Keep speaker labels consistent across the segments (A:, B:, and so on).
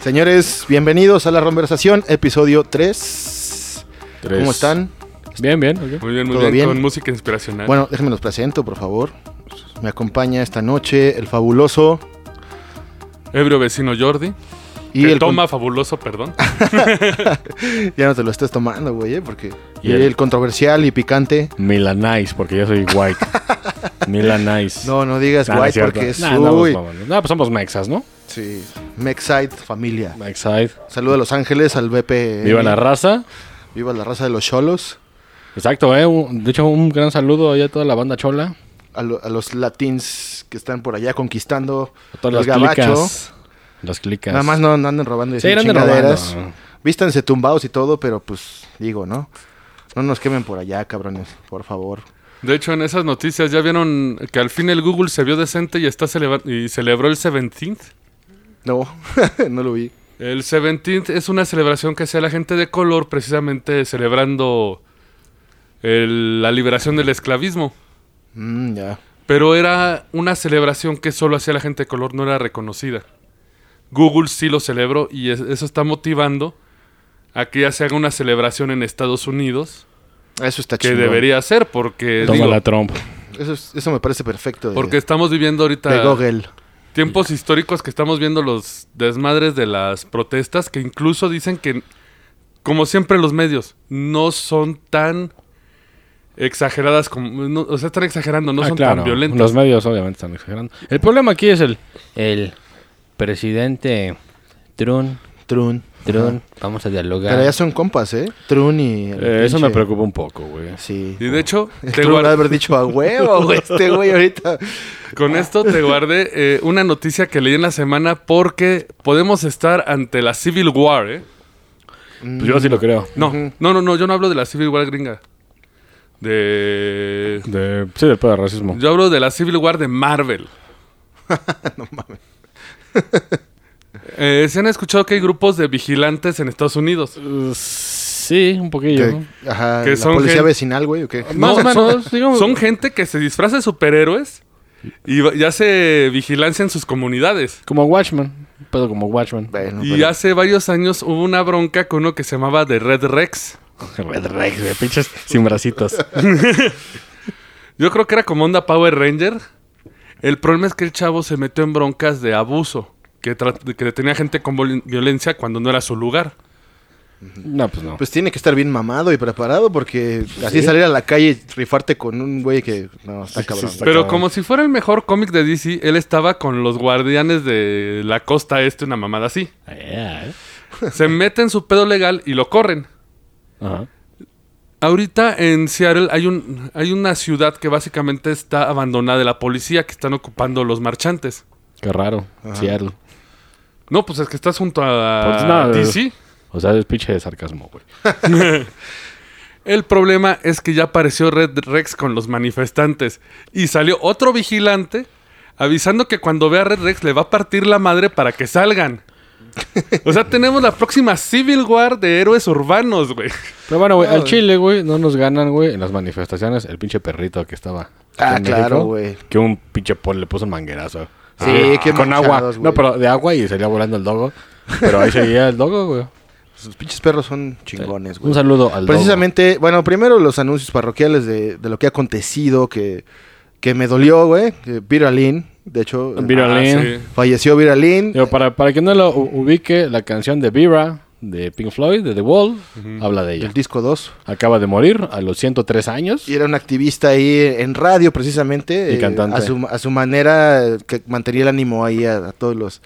A: Señores, bienvenidos a la conversación, episodio 3.
B: Tres.
A: ¿Cómo están?
B: Bien, bien. ok.
C: Muy bien, muy
A: ¿Todo
C: bien,
A: bien?
C: Con música inspiracional.
A: Bueno, déjenme los presento, por favor. Me acompaña esta noche el fabuloso
C: Ebrio vecino Jordi.
A: y
C: que
A: el
C: toma fabuloso, perdón.
A: con- ya no te lo estés tomando, güey, eh, porque
B: Y
A: y el...
B: el-
A: controversial y picante.
B: Milanice, porque yo soy white. Milanice.
A: No, no digas
B: Nah, no
A: guay
B: es cierto.
A: porque es
B: Nah, andamos
A: uy,
B: mamando. Nah, pues somos mexas, ¿no?
A: sí, Mexite familia.
B: Mexide.
A: Saludo a Los Ángeles, al BP.
B: Viva la raza.
A: Viva la raza de los cholos,
B: Exacto, eh. Un- De hecho, un gran saludo ahí a toda la banda chola.
A: a, lo- a los latins que están por allá conquistando
B: A
A: el
B: todas las
A: gabacho.
B: clicas. Las clicas.
A: Nada más no no anden robando y
B: Sí,
A: haciendo
B: eran de
A: chingaderas.
B: robando.
A: Vístanse tumbados y todo, pero pues digo, ¿no? No nos quemen por allá, cabrones, por favor.
C: De hecho, en esas noticias ya vieron que al fin el Google se vio decente y está celebra- y celebró el 17th.
A: No, no lo vi.
C: El 17th es una celebración que hace la gente de color precisamente celebrando el- la liberación del esclavismo.
A: Mm, ya.
C: Pero era una celebración que solo hacía la gente de color, no era reconocida. Google sí lo celebró y es- eso está motivando a que ya se haga una celebración en Estados Unidos.
A: Eso está
C: que
A: chido.
C: debería ser porque
B: Toma
C: digo,
B: la trompa.
A: Eso, es- eso me parece perfecto. De,
C: porque estamos viviendo
A: de
C: ahorita
A: Google.
C: tiempos históricos que estamos viendo los desmadres de las protestas que incluso dicen que como siempre los medios no son tan exageradas como no- o sea están exagerando no
B: Ah,
C: son
B: claro.
C: tan violentas
B: Los medios, obviamente, están exagerando. El problema aquí es el. El presidente Trun.
A: Trun.
D: Trun, vamos a dialogar.
A: Pero ya son compas, ¿eh? Trun y. el
B: Eh, eso
A: pinche-
B: me preocupa un poco, güey.
A: Sí.
C: y de hecho
A: El
C: te
A: Trun
C: guar-
A: ha de haber dicho a huevo, güey, este güey ahorita.
C: con esto te guardé eh, una noticia que leí en la semana porque podemos estar ante la civil war ¿eh?
A: Mm.
B: Pues yo sí lo creo.
C: no no no no yo no hablo de la civil war gringa de
B: De, sí, del pedo de racismo.
C: Yo hablo de la Civil War de Marvel. no mames. Eh, ¿Se han escuchado que hay grupos de vigilantes en Estados Unidos?
B: Eh, sí, un poquillo.
A: Que-
B: ¿no?
A: ajá,
C: Que
A: la
C: son
A: policía
C: gen-
A: vecinal, güey, ¿o qué?
B: Más o menos,
C: Son,
B: digamos.
C: son gente que se disfraza de superhéroes y, va- y hace vigilancia en sus comunidades.
B: Como Watchman. Un pedo como Watchman.
A: Bueno,
C: Y
A: pero-
C: hace varios años hubo una bronca con uno que se llamaba The Red Rex.
B: Red Rex, güey, pinches sin bracitos.
C: Yo creo que era como onda Power Ranger. El problema es que el chavo se metió en broncas de abuso, que, trat- que detenía gente con vol- violencia cuando no era su lugar.
B: No, pues no.
A: Pues tiene que estar bien mamado y preparado porque así salir a la calle y rifarte con un güey que. No, está
B: Sí, sí,
A: cabrón.
B: está
C: Pero
B: cabrón.
C: como si fuera el mejor cómic de DC, él estaba con los guardianes de la costa este, una mamada así.
B: Yeah, eh.
C: Se mete en su pedo legal y lo corren.
B: Ajá.
C: Ahorita en Seattle hay, un, hay una ciudad que básicamente está abandonada de la policía que están ocupando los marchantes.
B: Qué raro. Seattle.
C: No, pues es que estás junto
B: Pues
C: a
B: nada.
C: DC.
B: O sea, es pinche de sarcasmo, güey.
C: El problema es que ya apareció Red Rex con los manifestantes y salió otro vigilante avisando que cuando vea a Red Rex le va a partir la madre para que salgan. O sea, tenemos la próxima Civil War de héroes urbanos, güey.
B: Pero bueno, güey,
A: No,
B: al
A: güey.
B: Chile, güey, no nos ganan, güey, en las manifestaciones el pinche perrito que estaba. aquí
A: Ah,
B: en
A: claro,
B: México,
A: güey.
B: Que un pinche pol le puso un manguerazo. Ah,
A: Sí, qué
B: Con
A: manchados,
B: agua.
A: güey.
B: No, pero de agua y salía volando el dogo. Pero ahí seguía el dogo, güey.
A: Sus pinches perros son chingones, güey.
B: Un saludo al dogo.
A: Precisamente, bueno, primero los anuncios parroquiales de, de lo que ha acontecido, que, que me dolió, güey. que Viralín, de hecho, eh,
B: Viralín.
C: Ah, sí.
A: falleció Viralín.
B: Digo, para, para que no lo u- ubique, la canción de Vira, de Pink Floyd, de The Wall, habla de ella.
A: El disco 2.
B: Acaba de morir a los 103 años.
A: Y era un activista ahí en radio, precisamente. eh,
B: Y cantante.
A: A su, a su manera, eh, que mantenía el ánimo ahí a, a todos los,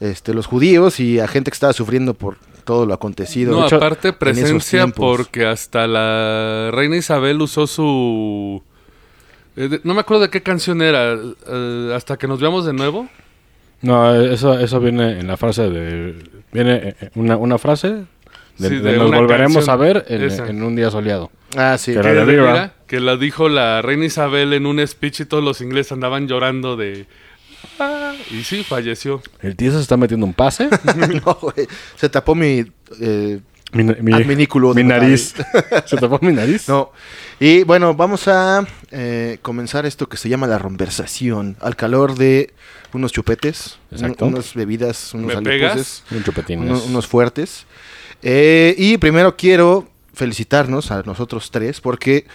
A: este, los judíos y a gente que estaba sufriendo por todo lo acontecido.
C: No,
A: De hecho,
C: aparte
A: en esos
C: presencia
A: tiempos.
C: porque hasta la reina Isabel usó su... eh, de- No me acuerdo de qué canción era, eh, hasta que nos veamos de nuevo.
B: No, eso, eso viene en la frase de... Viene eh, una, una frase de,
C: Sí,
B: de
C: de
B: nos
C: una
B: volveremos
C: canción.
B: a ver en,
C: Esa.
B: en un día soleado.
A: Ah, sí.
B: Que
C: Que,
B: la de
C: mira,
B: Riva.
C: que la dijo la reina Isabel en un speech y todos los ingleses andaban llorando de... "Ah", y sí, falleció.
B: El tío se está metiendo un pase.
A: no, güey. Se tapó mi. eh,
B: mi, mi-
A: Adminículo de
B: mi nariz. se tapó mi nariz.
A: no. Y bueno, vamos a eh, comenzar esto que se llama la conversación. Al calor de unos chupetes, un-
B: Exacto.
A: unas bebidas, unos
C: ¿Me
A: alipuses.
C: pegas?
B: Un chupetines.
A: uno- unos fuertes. Eh, y primero quiero felicitarnos a nosotros tres porque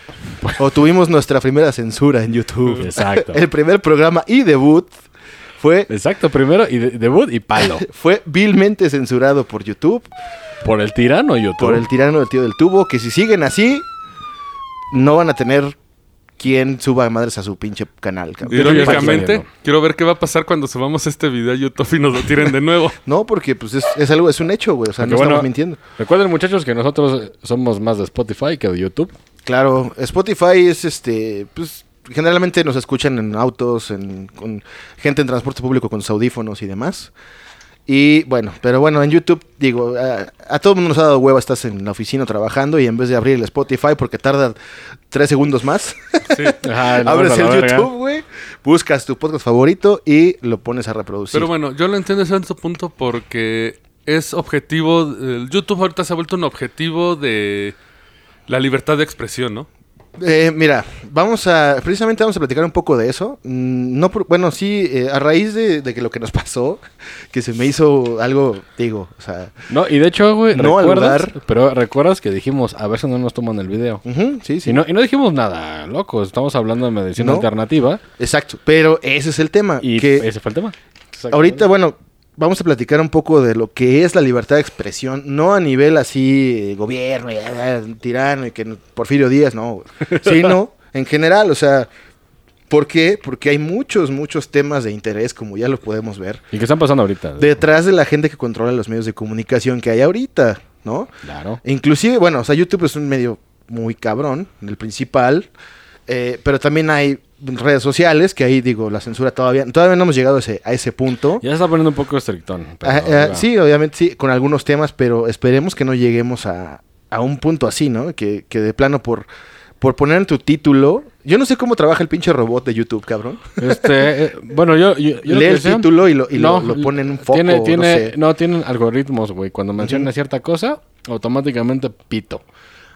A: obtuvimos nuestra primera censura en YouTube.
B: Exacto.
A: El primer programa y debut fue,
B: Exacto, primero y de- debut y palo.
A: fue vilmente censurado por YouTube,
B: Por el tirano YouTube.
A: por el tirano del tío del tubo, que si siguen así, no van a tener quien suba madres a su pinche canal. cabrón.
C: Irónicamente,
B: Falleció.
C: quiero ver qué va a pasar cuando subamos este video a YouTube y nos lo tiren de nuevo.
A: No, porque pues es, es algo, es un hecho, güey. O sea,
B: Porque
A: no
B: bueno,
A: estamos mintiendo.
B: Recuerden, muchachos, que nosotros eh, somos más de Spotify que de YouTube.
A: Claro, Spotify es este, pues generalmente nos escuchan en autos, en con gente en transporte público con sus audífonos y demás. Y bueno, pero bueno, en YouTube, digo, a, a todo el mundo nos ha dado hueva, estás en la oficina trabajando y en vez de abrir el Spotify porque tarda tres segundos más,
C: Sí.
B: Ajá, Ah, no,
A: abres
B: a
A: el
B: la verga.
A: YouTube, güey, buscas tu podcast favorito y lo pones a reproducir.
C: Pero bueno, yo lo entiendo en cierto punto porque es objetivo. El YouTube ahorita se ha vuelto un objetivo de la libertad de expresión, ¿no?
A: Eh, mira, vamos a. Precisamente vamos a platicar un poco de eso. Mm, No, por- bueno, sí, eh, a raíz de, de que lo que nos pasó, que se me hizo algo, digo, o sea.
B: No, y de hecho, güey,
A: No al
B: ¿recuerdas?
A: lugar.
B: Pero recuerdas que dijimos, a ver si no nos toman el video.
A: ujú, sí, sí.
B: Y, no, y no dijimos nada, loco. Estamos hablando de medicina
A: No.
B: alternativa.
A: Exacto, pero ese es el tema.
B: Y
A: que
B: ese fue el tema.
A: ahorita, bueno, vamos a platicar un poco de lo que es la libertad de expresión, no a nivel así, eh, gobierno, y, ah, tirano y que Porfirio Díaz, no, güey, sino en general, o sea. ¿Por qué? Porque hay muchos, muchos temas de interés, como ya lo podemos ver.
B: ¿Y qué están pasando ahorita?
A: detrás de la gente que controla los medios de comunicación que hay ahorita, ¿no?
B: Claro.
A: Inclusive, bueno, o sea, YouTube es un medio muy cabrón, el principal, eh, pero también hay redes sociales que ahí, digo, la censura todavía, todavía no hemos llegado a ese, a ese punto.
B: Ya se está poniendo un poco estrictón. pero
A: Ah, ah,
B: ahí va.
A: sí, obviamente sí, con algunos temas, pero esperemos que no lleguemos a, a un punto así, ¿no? Que, que de plano por, por poner en tu título, yo no sé cómo trabaja el pinche robot de YouTube, cabrón.
B: Este, eh, bueno, yo, yo, yo lo
A: Lee
B: que
A: el
B: sé-
A: título y lo- y lo- lo pone en un foco,
B: Tiene,
A: no
B: tiene-
A: sé.
B: no, tienen algoritmos, güey. Cuando menciona cierta cosa, automáticamente pito.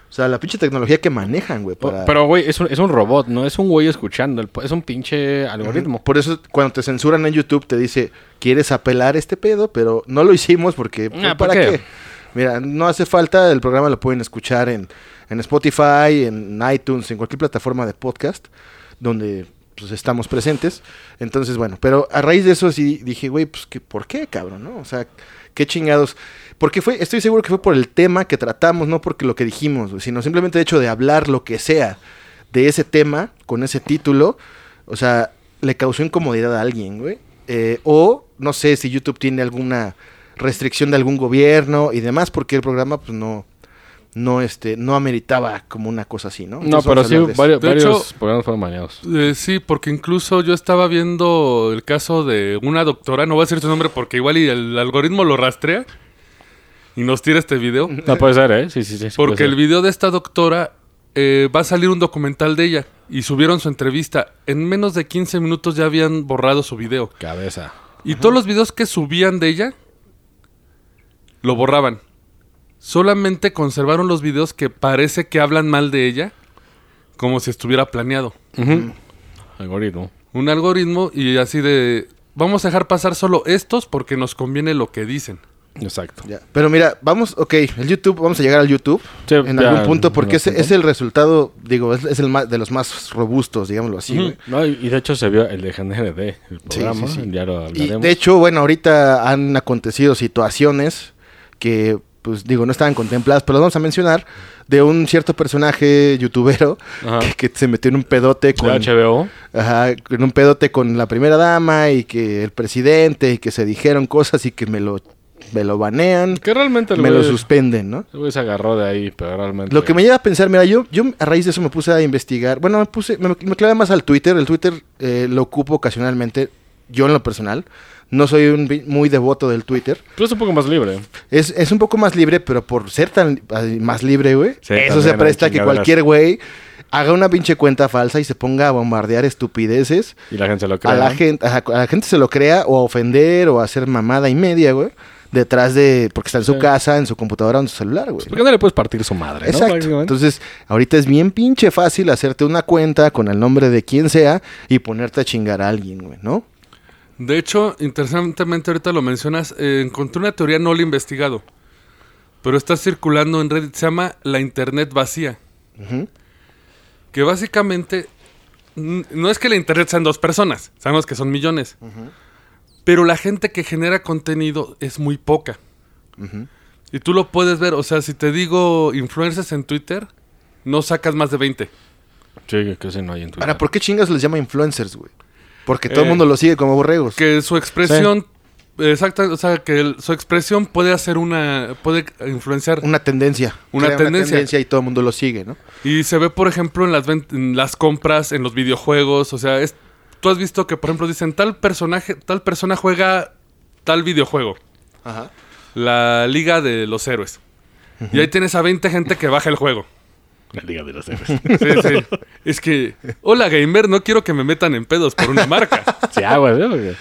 A: O sea, la pinche tecnología que manejan, güey. para-
B: Pero, güey, es un, es un robot, ¿no? Es un güey escuchando. el- Es un pinche algoritmo.
A: Por eso cuando te censuran en YouTube te dice, ¿quieres apelar este pedo? Pero no lo hicimos porque pues,
B: Ah, ¿por
A: ¿para qué?
B: qué?
A: Mira, no hace falta, el programa lo pueden escuchar en, en Spotify, en iTunes, en cualquier plataforma de podcast donde pues estamos presentes. Entonces, bueno, pero a raíz de eso sí dije, güey, pues que ¿por qué, cabrón? ¿No? O sea, qué chingados. Porque fue, estoy seguro que fue por el tema que tratamos, no porque lo que dijimos, güey, sino simplemente el hecho de hablar lo que sea de ese tema, con ese título, o sea, le causó incomodidad a alguien, güey. Eh, o no sé si YouTube tiene alguna restricción de algún gobierno y demás, porque el programa, pues no, no, este, no ameritaba como una cosa así, ¿no?
B: No,
A: Entonces,
B: pero
A: vamos a
B: sí,
A: hablar de eso.
B: varios,
C: De
B: varios
C: hecho-
B: programas fueron baneados.
C: Eh, sí, porque incluso yo estaba viendo el caso de una doctora, no voy a decir su nombre porque igual y el algoritmo lo rastrea y nos tira este video.
B: No puede ser, ¿eh? Sí, sí, sí. sí puede
C: Porque
B: ser.
C: el video de esta doctora eh, va a salir un documental de ella y subieron su entrevista. En menos de 15 minutos ya habían borrado su video.
B: Cabeza.
C: Y todos los videos que subían de ella lo borraban. Solamente conservaron los videos que parece que hablan mal de ella, como si estuviera planeado.
B: Algoritmo.
C: Un algoritmo y así de vamos a dejar pasar solo estos porque nos conviene lo que dicen.
B: Exacto.
A: Ya, Pero mira, vamos, ok, el YouTube, vamos a llegar al YouTube
B: Sí,
A: en
B: ya,
A: algún punto, porque
B: en
A: ese
B: algún
A: es el resultado, digo, es, es el más, de los más robustos, digámoslo así, güey.
B: No, y y de hecho se vio el de GNRD, el
A: Sí,
B: programa.
A: sí, sí.
B: Ya lo
A: Y
B: hablaremos.
A: de hecho, bueno, ahorita han acontecido situaciones que, pues digo, no estaban contempladas, pero las vamos a mencionar, de un cierto personaje youtubero
C: Ajá.
A: que, que se metió en un pedote
B: De
A: con,
B: HBO.
A: ajá, en un pedote con la primera dama y que el presidente y que se dijeron cosas y que me lo, me lo banean,
B: Que realmente el
A: me lo
B: güey-
A: suspenden, ¿no?
B: el güey se agarró de ahí, pero realmente...
A: Lo que me lleva a pensar, mira, yo, yo a raíz de eso me puse a investigar. Bueno, me puse, me, me clavé más al Twitter. El Twitter eh, lo ocupo ocasionalmente yo en lo personal, no soy un vi- muy devoto del Twitter.
B: Pero pues, es un poco más libre.
A: Es, es un poco más libre, pero por ser tan ay, más libre, güey,
B: Sí,
A: eso
B: también
A: se
B: hay
A: presta a que
B: chingaderas.
A: cualquier güey haga una pinche cuenta falsa y se ponga a bombardear estupideces
B: Y la gente se lo cree.
A: a la
B: ¿no?
A: gente, ajá, a la gente se lo crea o a ofender o a hacer mamada y media, güey, detrás de porque está en su
B: Sí.
A: casa, en su computadora o en su celular, güey.
B: ¿Por qué no le puedes partir su madre? ¿no?
A: Exacto.
B: Prácticamente.
A: Entonces, ahorita es bien pinche fácil hacerte una cuenta con el nombre de quien sea y ponerte a chingar a alguien, güey, ¿no?
C: De hecho, interesantemente ahorita lo mencionas, eh, encontré una teoría no la he investigado, pero está circulando en Reddit, se llama la Internet vacía,
A: Ujú.
C: que básicamente n- no es que la Internet sean dos personas, sabemos que son millones, pero la gente que genera contenido es muy poca. Y tú lo puedes ver, o sea, si te digo influencers en Twitter, no sacas más de 20.
B: Sí, que casi no hay en Twitter.
A: Ahora, ¿por qué chingas les llama influencers, güey? Porque todo el
C: Eh,
A: mundo los sigue como borregos.
C: Que su expresión, exacta, o sea, que el- su expresión puede hacer una, puede influenciar.
A: Una tendencia.
C: Una
A: Crea
C: tendencia.
A: y todo el mundo lo sigue, ¿no?
C: Y se ve, por ejemplo, en las, ven- en las compras, en los videojuegos. O sea, es, tú has visto que, por ejemplo, dicen tal personaje, tal persona juega tal videojuego.
A: Ajá.
C: La Liga de los Héroes. Y ahí tienes a 20 gente que baja el juego.
B: La Liga de los
C: Sí, sí. Es que, hola gamer, no quiero que me metan en pedos por una marca.
B: Sí, ah, güey, güey.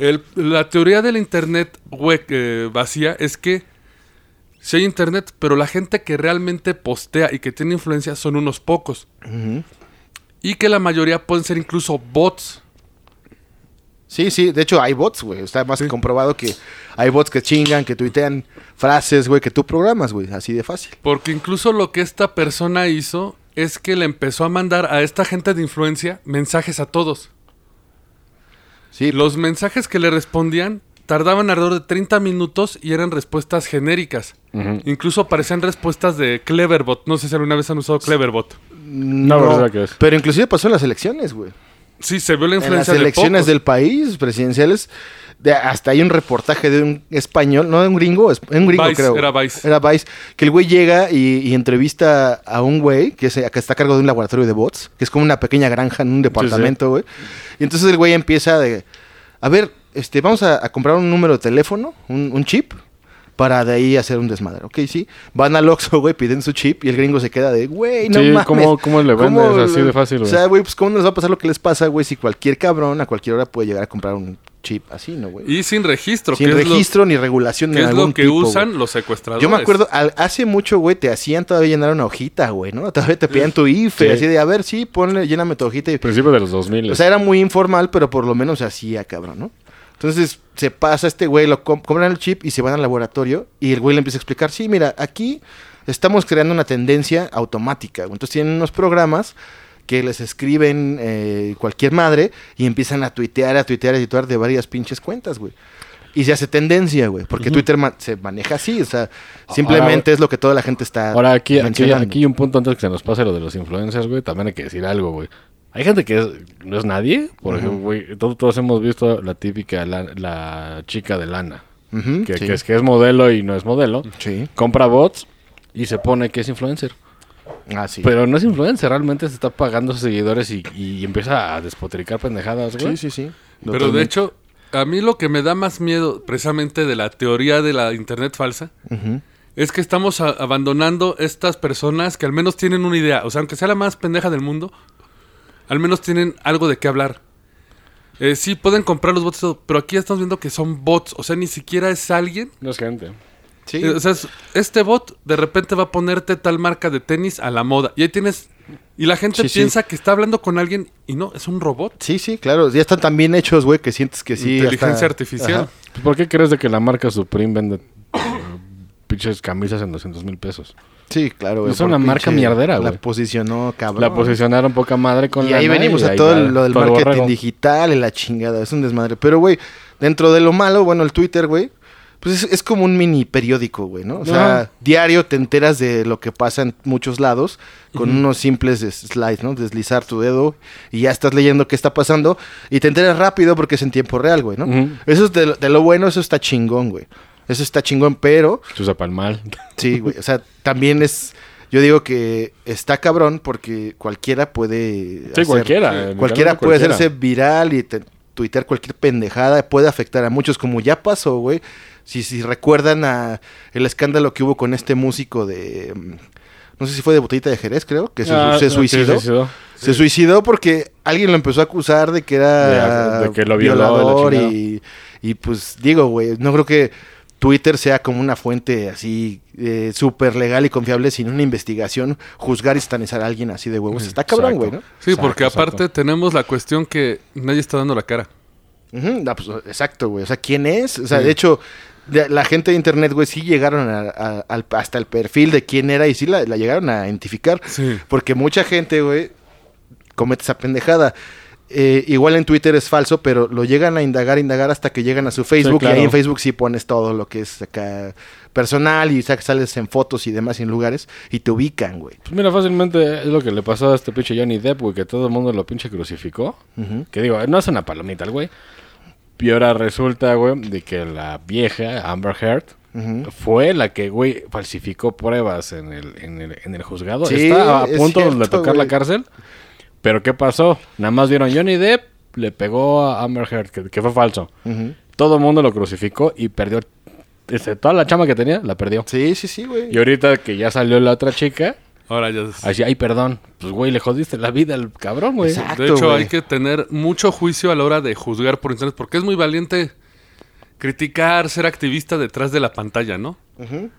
C: El- la teoría del internet hue- eh, vacía es que si hay internet, pero la gente que realmente postea y que tiene influencia son unos pocos. Y que la mayoría pueden ser incluso bots.
A: Sí, sí, de hecho hay bots, güey. Está más que comprobado que hay bots que chingan, que tuitean frases, güey, que tú programas, güey. Así de fácil.
C: Porque incluso lo que esta persona hizo es que le empezó a mandar a esta gente de influencia mensajes a todos.
A: Sí,
C: Los mensajes que le respondían tardaban alrededor de 30 minutos y eran respuestas genéricas.
B: Mm.
C: Incluso aparecían respuestas de Cleverbot. No sé si alguna vez han usado Cleverbot.
A: no,
B: pero ¿sabes qué es?
A: Pero inclusive pasó en las elecciones, güey.
C: Sí, se vio la
A: En las
C: influencia de
A: elecciones
C: pocos.
A: del país presidenciales, de- hasta hay un reportaje de un español, no de un gringo, es, un gringo
C: Vice,
A: creo.
C: era Vice.
A: Era Vice, que el güey llega y, y entrevista a un güey que, se- que está a cargo de un laboratorio de bots, que es como una pequeña granja en un departamento, güey. Y entonces el güey empieza de, a ver, este, vamos a, a comprar un número de teléfono, un, un chip. Para de ahí hacer un desmadre, ok, sí. Van al Oxxo, güey, piden su chip y el gringo se queda de, güey, no
B: Sí,
A: mames.
B: ¿cómo- cómo le vendes? Así de fácil,
A: O
B: güey.
A: sea, güey, pues cómo nos va a pasar lo que les pasa, güey, si cualquier cabrón a cualquier hora puede llegar a comprar un chip así, ¿no, güey?
C: Y sin registro.
A: Sin
C: que
A: registro ni regulación
C: Es lo,
A: ni
C: que es
A: algún
C: lo que
A: tipo,
C: usan
A: güey.
C: los secuestradores.
A: Yo me acuerdo, al- hace mucho, güey, te hacían todavía llenar una hojita, güey, ¿no? Todavía te pedían tu IFE,
B: Sí.
A: así de, a ver, sí, ponle, lléname tu hojita. Y,
B: Principio de los 2000.
A: o sea, era muy informal, pero por lo menos se hacía, cabrón, ¿no? Entonces se pasa este güey, lo com- compran el chip y se van al laboratorio y el güey le empieza a explicar, sí, mira, aquí estamos creando una tendencia automática. güey. Entonces tienen unos programas que les escriben eh, cualquier madre y empiezan a tuitear, a tuitear, a tuitear de varias pinches cuentas, güey. Y se hace tendencia, güey, porque Twitter ma- se maneja así, o sea, simplemente
B: güey.
A: es lo que toda la gente está
B: Ahora, aquí, aquí,
A: mencionando.
B: aquí un punto antes que se nos pase lo de los influencers, güey. También hay que decir algo, güey. Hay gente que es- no es nadie. Por ejemplo, güey, todos, todos hemos visto la típica, la, la chica de lana.
A: Ujú,
B: Que,
A: sí.
B: que es, que es modelo y no es modelo.
A: Sí.
B: Compra bots y se pone que es influencer.
A: Ah, sí.
B: Pero no es influencer, realmente se está pagando sus seguidores y, y empieza a despotricar pendejadas, güey.
A: sí, sí, sí.
C: Pero de hecho, a mí lo que me da más miedo precisamente de la teoría de la internet falsa
A: Ujú.
C: es que estamos a- abandonando estas personas que al menos tienen una idea. O sea, aunque sea la más pendeja del mundo, al menos tienen algo de qué hablar. Eh, sí, pueden comprar los bots, y todo, pero aquí estamos viendo que son bots. O sea, ni siquiera es alguien
B: No es gente.
A: Sí.
C: Eh, O sea, es- este bot de repente va a ponerte tal marca de tenis a la moda. Y ahí tienes. Y la gente
A: Sí, sí.
C: piensa que está hablando con alguien y no, es un robot.
A: Sí, sí, claro. Ya están tan bien hechos, güey, que sientes que sí.
C: Inteligencia
A: hasta-
C: artificial.
A: Ajá.
B: Pues, ¿Por qué crees de que la marca Supreme vende eh, pinches camisas en 200 mil pesos?
A: Sí, claro, güey.
B: Es una
A: por
B: marca
A: pinche-
B: mierdera,
A: La
B: güey.
A: posicionó, cabrón.
B: La posicionaron poca madre con
A: Y
B: la
A: ahí
B: lana
A: venimos a
B: ahí
A: todo
B: va,
A: lo del
B: todo el
A: marketing
B: borrego.
A: digital y la chingada. Es un desmadre. Pero, güey, dentro de lo malo, bueno, el Twitter, güey, pues es, es como un mini periódico, güey, ¿no? O sea,
B: Ajá.
A: diario te enteras de lo que pasa en muchos lados con unos simples des- slides, ¿no? Deslizar tu dedo y ya estás leyendo qué está pasando y te enteras rápido porque es en tiempo real, güey, ¿no?
B: Ujú.
A: Eso es de, lo- de lo bueno, eso está chingón, güey. Eso está chingón, pero
B: Chusa Palmal.
A: Sí, güey. O sea, también es. Yo digo que está cabrón porque cualquiera puede.
B: Sí, Pues, cualquiera.
A: Cualquiera puede hacerse viral y te- tuitear cualquier pendejada puede afectar a muchos, como ya pasó, güey. Si, si recuerdan a el escándalo que hubo con este músico de... mm, No sé si fue de Botellita de Jerez, creo, que se, se
B: Ah, no, que
A: suicidó.
B: Se suicidó.
A: Se suicidó porque alguien lo empezó a acusar de que era
B: De- de que lo violó,
A: violador
B: la chingada.
A: y, y, pues digo, güey, no creo que Twitter sea como una fuente así eh, súper legal y confiable sin una investigación, juzgar y satanizar a alguien así de huevos. Pues Está cabrón,
B: Exacto.
A: güey, ¿no?
C: Sí,
B: Exacto,
C: porque
B: exacto.
C: aparte tenemos la cuestión que nadie está dando la cara.
A: Ujú, no, pues, exacto, güey. O sea, ¿quién es? O sea, de hecho, de- la gente de internet, güey, sí llegaron a- a- al- hasta el perfil de quién era y sí la, la llegaron a identificar.
C: Sí.
A: Porque mucha gente, güey, comete esa pendejada. Eh, igual en Twitter es falso, pero lo llegan a indagar, indagar hasta que llegan a su Facebook.
B: claro.
A: Y ahí en Facebook sí pones todo lo que es acá personal y sa- sales en fotos y demás y en lugares y te ubican, güey.
B: Pues mira, fácilmente es lo que le pasó a este pinche Johnny Depp, güey, que todo el mundo lo pinche crucificó.
A: Ujú.
B: Que digo, no es una palomita el güey. Y ahora resulta, güey, de que la vieja Amber Heard
A: Ujú.
B: fue la que, güey, falsificó pruebas en el, en el, en el juzgado.
A: Sí,
B: Está a
A: es
B: punto de
A: cierto,
B: tocar
A: güey.
B: la cárcel. Pero ¿qué pasó? Nada más vieron Johnny Depp, le pegó a Amber Heard, que, que fue falso.
A: Ujú.
B: Todo el mundo lo crucificó y perdió. este, toda la chama que tenía, la perdió.
A: Sí, sí, sí, güey.
B: Y ahorita que ya salió la otra chica,
C: Ahora ya se-
B: así, ay, perdón. Pues, güey, le jodiste la vida al cabrón, güey.
A: Exacto.
C: De hecho,
A: güey.
C: hay que tener mucho juicio a la hora de juzgar por internet, porque es muy valiente criticar, ser activista detrás de la pantalla, ¿no?
A: Ujú.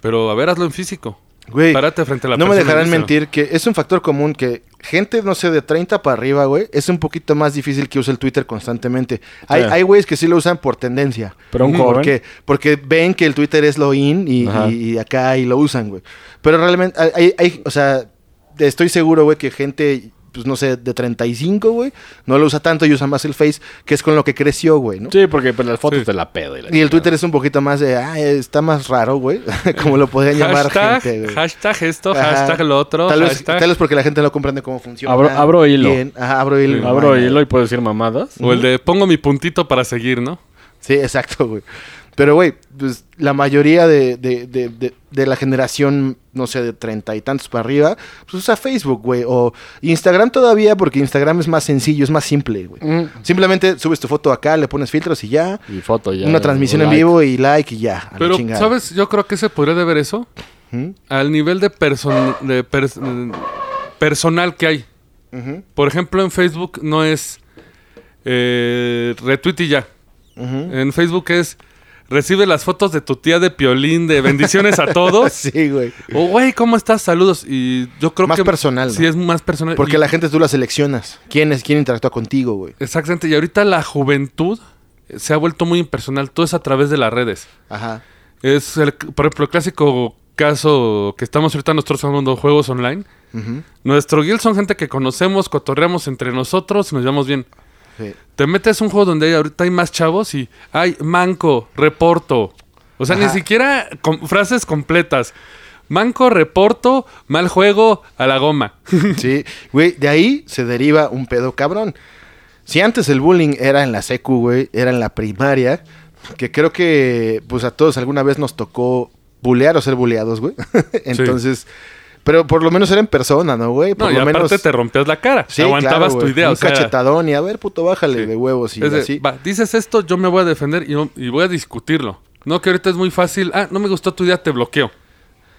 C: Pero a ver, hazlo en físico.
A: Güey,
C: Párate frente a la
A: no me
C: persona
A: dejarán
C: en Instagram.
A: mentir que es un factor común que gente, no sé, de 30 para arriba, güey, es un poquito más difícil que use el Twitter constantemente. Hay,
B: Sí.
A: hay güeyes que sí lo usan por tendencia.
B: Pero un
A: Mm,
B: joven.
A: Porque, porque ven que el Twitter es lo in y,
B: Ajá.
A: y- y acá y lo usan, güey. Pero realmente, hay- hay, hay- o sea, estoy seguro, güey, que gente, pues no sé, de 35, güey, no lo usa tanto y usa más el Face, que es con lo que creció, güey, ¿no?
B: Sí, porque pues, las fotos
C: Sí.
B: te la pedo. Y,
A: Y
B: la
A: el
B: chingada.
A: Twitter es un poquito más de, ah, está más raro, güey, como lo podrían llamar
C: Hashtag,
A: gente, güey.
C: hashtag esto,
A: Ajá.
C: hashtag lo otro,
A: Tal vez,
C: hashtag...
A: tal vez porque la gente no comprende cómo funciona.
B: Abro- abro hilo.
A: Bien, Ajá, abro hilo.
B: Abro
A: Ay,
B: hilo y puedo decir mamadas.
C: O el de pongo mi puntito para seguir, ¿no?
A: Sí, exacto, güey. Pero, güey, pues, la mayoría de, de- de- de- de la generación, no sé, de treinta y tantos para arriba, pues usa Facebook, güey. O Instagram todavía, porque Instagram es más sencillo, es más simple, güey.
B: Mm.
A: Simplemente subes tu foto acá, le pones filtros y ya.
B: Y foto ya.
A: una transmisión
B: like.
A: en vivo y like y ya. a la
C: Pero,
A: chingada.
C: ¿sabes? Yo creo que se podría deber eso
A: ¿Mm?
C: al nivel de, person- de pers- eh, personal que hay.
A: Ujú,
C: Por ejemplo, en Facebook no es eh, retweet y ya.
A: ujú.
C: En Facebook es recibe las fotos de tu tía de piolín, de bendiciones a todos.
A: Sí, güey.
C: O, güey, ¿cómo estás? Saludos. Y yo creo
A: Más
C: que.
A: personal, ¿no?
C: Sí, es más personal.
A: Porque
C: Y-
A: la gente tú la seleccionas. ¿Quién es? ¿Quién interactúa contigo, güey?
C: Exactamente. Y ahorita la juventud se ha vuelto muy impersonal. Todo es a través de las redes.
A: Ajá.
C: Es, el- por ejemplo, el clásico caso que estamos ahorita nosotros jugando juegos online.
A: Ujú,
C: Nuestro guild son gente que conocemos, cotorreamos entre nosotros y nos llevamos bien.
A: sí.
C: Te metes a un juego donde hay- ahorita hay más chavos y hay manco, reporto. O sea, ni
A: Ajá.
C: siquiera con frases completas. Manco, reporto, mal juego, a la goma.
A: Sí, güey, de ahí se deriva un pedo cabrón. Si antes el bullying era en la secu, güey, era en la primaria, que creo que pues a todos alguna vez nos tocó bulear o ser buleados, güey. Entonces, pero por lo menos era en persona, ¿no, güey?
C: No,
A: Por
C: y
A: lo
C: aparte
A: menos
C: te rompías la cara.
A: Sí,
C: Aguantabas
A: claro,
C: tu
A: güey,
C: idea.
A: un
C: o sea,
A: cachetadón y a ver, puto, bájale de huevos y
C: es de,
A: así.
C: va, dices esto, yo me voy a defender y, yo- y voy a discutirlo. No, que ahorita es muy fácil. Ah, no me gustó tu idea, te bloqueo.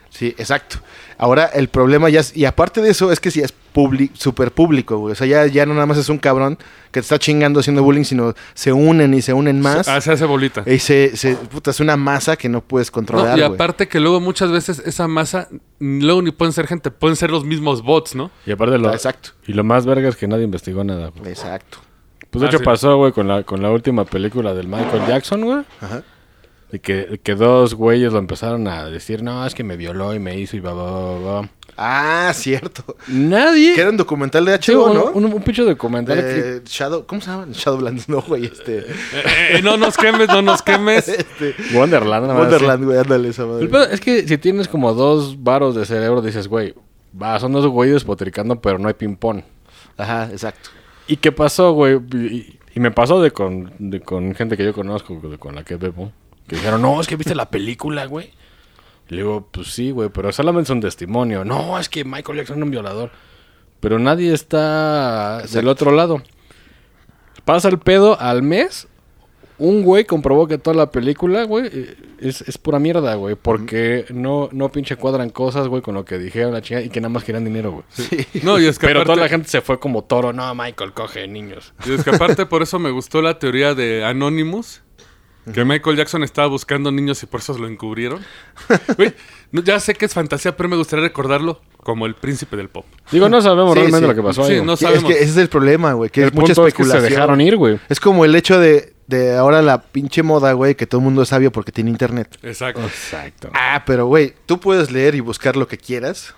A: Sí, exacto. Ahora el problema ya es, y aparte de eso es que si es publi- súper público, güey. O sea, ya, ya no nada más es un cabrón que te está chingando haciendo bullying, sino se unen y se unen más.
C: Ah, se hace bolita.
A: Y se, se- puta, es una masa que no puedes
C: No,
A: controlar,
C: y
A: güey.
C: aparte que luego muchas veces esa masa, n- luego ni pueden ser gente, pueden ser los mismos bots, ¿no?
B: Y aparte lo,
A: Ah, Exacto.
B: y lo más verga es que nadie investigó nada. güey.
A: Exacto.
B: Pues de
C: Ah,
B: hecho
C: sí.
B: pasó, güey, con la, con la última película del Michael Jackson, güey.
A: Ajá.
B: De que, que dos güeyes lo empezaron a decir, no, es que me violó y me hizo y va, va, va, va.
A: Ah, cierto.
B: Nadie.
A: Que era un documental de
B: Sí,
A: HBO,
B: un,
A: ¿no?
B: un, un pinche documental.
A: Eh, Shadow, ¿cómo se llama? Shadowland, no, güey, este.
C: Eh, eh, no nos quemes, no nos quemes.
A: este
B: que- Wonderland, nada más,
A: Wonderland, güey, ándale esa
B: sí.
A: madre.
B: El pedo es que si tienes como dos varos de cerebro, dices, güey, va, son dos güeyes potricando, pero no hay ping-pong.
A: Ajá, exacto.
B: ¿Y qué pasó, güey? Y, y me pasó de con, de con gente que yo conozco, de con la que bebo. Que dijeron, no, es que viste la película, güey. Y le digo, pues sí, güey, pero solamente es un testimonio. No, es que Michael Jackson era un violador. Pero nadie está del otro lado. Pasa el pedo al mes. Un güey comprobó que toda la película, güey, eh, es, es pura mierda, güey. Porque no, no pinche cuadran cosas, güey, con lo que dijeron la chingada y que nada más querían dinero, güey.
C: No, y es que
B: Pero toda
C: aparte-
B: la gente se fue como toro. No, Michael, coge niños.
C: Y es que aparte por eso me gustó la teoría de Anonymous, que Michael Jackson estaba buscando niños y por eso lo encubrieron. Güey, no, ya sé que es fantasía, pero me gustaría recordarlo como el príncipe del pop.
B: Digo, no sabemos
A: Sí,
B: realmente
A: sí.
B: lo que pasó
C: Sí,
B: ahí. güey.
C: no
A: Sí,
C: sabemos.
A: Es que ese es el problema, güey, que
B: el
A: es mucha
B: punto es que se
A: especulación.
B: dejaron ir, güey.
A: Es como el hecho de, de ahora la pinche moda, güey, que todo el mundo es sabio porque tiene internet.
C: Exacto.
B: Exacto.
A: Ah, pero güey, tú puedes leer y buscar lo que quieras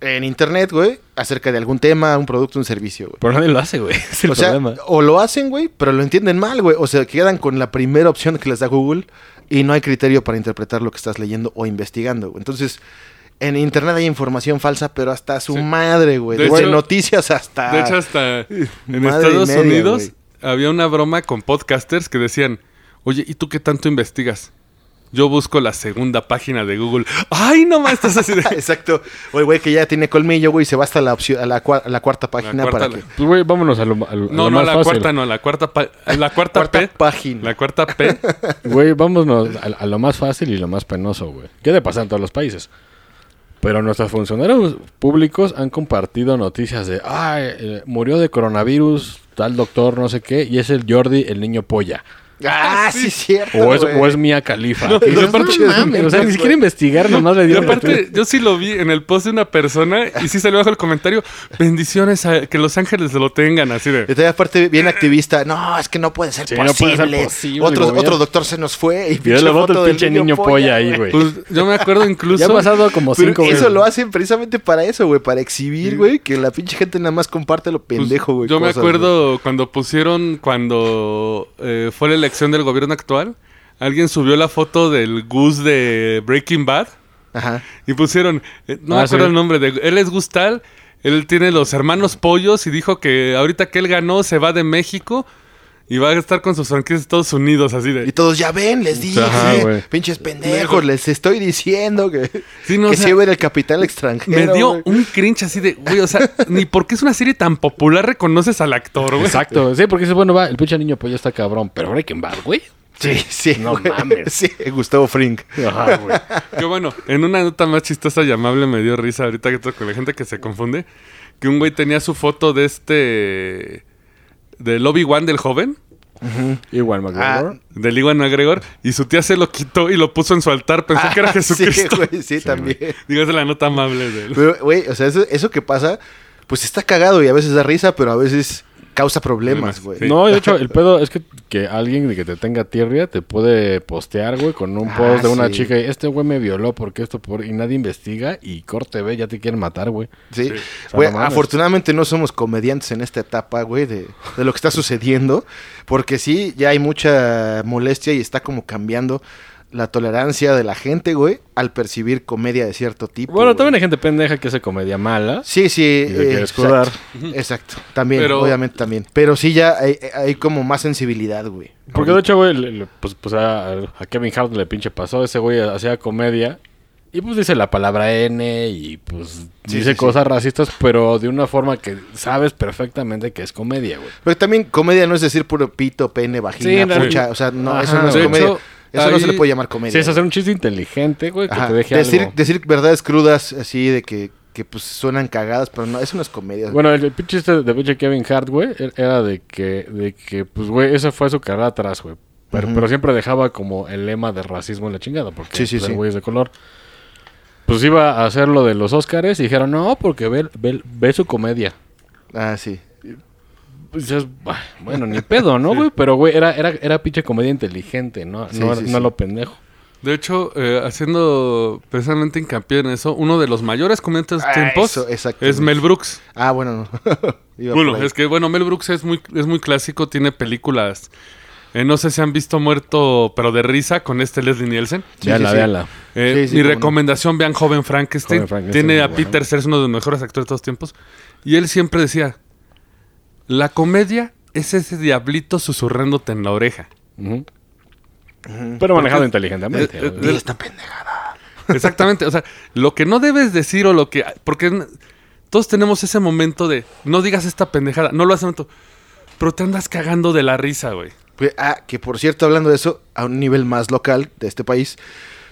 A: en internet, güey, acerca de algún tema, un producto, un servicio, güey.
B: Pero nadie lo hace, güey. Es el
A: O sea,
B: problema.
A: o lo hacen, güey, pero lo entienden mal, güey. O sea, quedan con la primera opción que les da Google y no hay criterio para interpretar lo que estás leyendo o investigando. güey. Entonces, en internet hay información falsa, pero hasta su madre, güey.
C: De
A: De,
C: hecho-
A: noticias hasta...
C: De hecho, hasta en
A: Madre
C: Estados
A: y media,
C: Unidos
A: güey.
C: había una broma con podcasters que decían, oye, ¿y tú qué tanto investigas? Yo busco la segunda página de Google. ¡Ay, no más! Estás así de...
A: Exacto. Güey, güey, que ya tiene colmillo, güey, se va hasta la, opción, a la, cua- a la cuarta página
C: cuarta
A: para
C: la-
A: que...
B: Pues, güey, vámonos a lo, a lo- a
C: No,
B: lo
C: no,
B: más
C: la
B: fácil.
C: cuarta no, la cuarta, pa- la cuarta,
A: Cuarta
C: P.
A: página.
C: La cuarta P.
B: Güey, vámonos a, a lo más fácil y lo más penoso, güey. Que de pasar en todos los países. Pero nuestros funcionarios públicos han compartido noticias de, ah, murió de coronavirus, tal doctor, no sé qué, y es el Jordi, el niño polla.
A: Ah, sí, es cierto.
B: O es,
A: güey.
B: o es Mía Califa.
A: No,
B: Y
A: no
B: aparte-
A: manches,
B: o sea, ni
A: güey.
B: siquiera investigar, nomás le
C: Y
B: dieron.
C: aparte, yo sí lo vi en el post de una persona y sí salió bajo el comentario, bendiciones a que los ángeles lo tengan, así
A: Y
C: de...
A: todavía aparte bien activista. No, es que no puede ser
B: Sí, no
A: posible.
B: puede ser posible,
A: otro,
B: güey.
A: otro doctor se nos fue. Y
B: Y yo
A: pinche
B: le boto
A: foto
B: el
A: del
B: pinche niño polla ahí, güey.
C: Pues yo me acuerdo incluso...
B: Ya ha pasado como
A: Pero
B: cinco
A: eso
B: veces.
A: lo hacen precisamente para eso, güey. Para exhibir, güey, que la pinche gente nada más comparte lo
C: pues,
A: pendejo, güey.
C: yo me
A: cosas, güey.
C: acuerdo cuando pusieron, cuando eh, fue la elección del gobierno actual, alguien subió la foto del Gus de Breaking Bad
A: Ajá.
C: y pusieron, eh, no
B: Ah,
C: me acuerdo
B: sí.
C: el nombre, de, él es Gustal, él tiene los hermanos pollos y dijo que ahorita que él ganó se va de México y va a estar con sus franquicias de Estados Unidos, así de...
A: Y todos ya ven, les dije.
B: Ajá, güey.
A: pinches pendejos, les estoy diciendo que,
C: Sí, no,
A: que
C: o sea,
A: se ve el capital extranjero.
C: Me dio
A: güey.
C: un cringe así de, güey, o sea, ni porque es una serie tan popular reconoces al actor, güey.
B: Exacto, sí, porque dices, bueno, va, el pinche niño polla está cabrón, pero Breaking Bad, güey.
A: Sí, sí.
B: No
A: güey.
B: mames.
A: Sí, Gustavo Frink.
B: Ajá, güey.
C: Que bueno, en una nota más chistosa y amable me dio risa ahorita que con la gente que se confunde, que un güey tenía su foto de este, del Obi-Wan del joven,
B: Igual, McGregor.
C: del Iwan McGregor, y su tía se lo quitó y lo puso en su altar, pensó Ah, que era Jesucristo.
A: Ah, Sí, güey, sí, también.
C: Digo, esa es la nota amable de él.
A: Pero, güey, o sea, eso, eso que pasa, pues está cagado y a veces da risa, pero a veces causa problemas, güey.
C: Sí.
B: No, de hecho, el pedo es que, que alguien que te tenga tierra te puede postear, güey, con un
A: Ah,
B: post de una
A: sí.
B: chica y este güey me violó porque esto por... y nadie investiga y corte, ve, ya te quieren matar, güey.
A: Sí.
B: sea,
A: Güey,
B: no mames.
A: afortunadamente no somos comediantes en esta etapa, güey, de, de lo que está sucediendo. Porque sí, ya hay mucha molestia y está como cambiando la tolerancia de la gente, güey, al percibir comedia de cierto tipo.
B: Bueno,
A: güey.
B: también hay gente pendeja que hace comedia mala.
A: Sí, sí.
B: Y se quiere escudar.
A: exacto, exacto. También,
C: Pero-
A: obviamente también. Pero sí ya hay, hay como más sensibilidad, güey.
B: Porque de hecho, güey, le- le- pues, pues a, a Kevin Hart le pinche pasó, ese güey hacía comedia y pues dice la palabra N y pues
A: Sí,
B: dice
A: sí, sí.
B: cosas racistas, pero de una forma que sabes perfectamente que es comedia, güey.
A: Pero también comedia no es decir puro pito, pene,
B: Sí,
A: vagina,
B: no,
A: pucha.
B: sí.
A: O sea, no,
B: Ajá,
A: eso no es
C: de
A: comedia.
C: hecho,
A: eso no se
C: ahí-
A: le puede llamar comedia.
B: Sí, es
A: güey.
B: hacer un chiste inteligente, güey, que
A: Ajá.
B: te deje
A: decir,
B: algo.
A: decir verdades crudas así de que, que, pues suenan cagadas, pero no, eso no es comedia.
B: Bueno, el, el pinche este de pinche Kevin Hart, güey, er- era de que, de que, pues, güey, esa fue su carrera atrás, güey. Pero,
A: Ujú.
B: pero siempre dejaba como el lema de racismo en la chingada, porque
A: Sí, sí,
B: pues, el
A: sí.
B: güey es de color. Pues iba a hacer lo de los Óscares y dijeron, no, porque ve, ve, ve su comedia.
A: ah, sí.
B: Pues, dices, "Bah, bueno, ni pedo, ¿no, güey? Pero, güey, era, era, era pinche comedia inteligente, ¿no?
A: Sí,
B: no
A: sí,
B: no
A: sí.
B: lo pendejo.
C: De hecho, eh, haciendo precisamente hincapié en eso, uno de los mayores comediantes de
A: Ah,
C: tiempos
A: eso, exactamente.
C: es Mel Brooks.
A: Ah, bueno, no. Iba
C: Bueno,
A: por ahí.
C: es que bueno, Mel Brooks es muy, es muy clásico, tiene películas. eh, no sé si han visto Muerto, pero de risa con este Leslie Nielsen.
A: Sí,
B: véala,
A: sí, sí.
B: véala.
C: Eh,
A: Sí, sí,
C: mi
A: cómo no.
C: recomendación, vean Joven Frankenstein.
B: Joven Frankenstein,
C: tiene
B: muy
C: a
B: bueno.
C: Peter Sellers, uno de los mejores actores de todos los tiempos. Y él siempre decía, la comedia es ese diablito susurrándote en la oreja.
B: Ujú. Pero manejado
C: Porque-
B: inteligentemente.
C: eh,
B: güey.
C: eh,
A: Dile esta pendejada.
C: Exactamente, o sea, lo que no debes decir o lo que... Porque n- todos tenemos ese momento de, no digas esta pendejada, no lo haces. Pero te andas cagando de la risa, güey.
A: Que- Ah, que por cierto, hablando de eso, a un nivel más local de este país,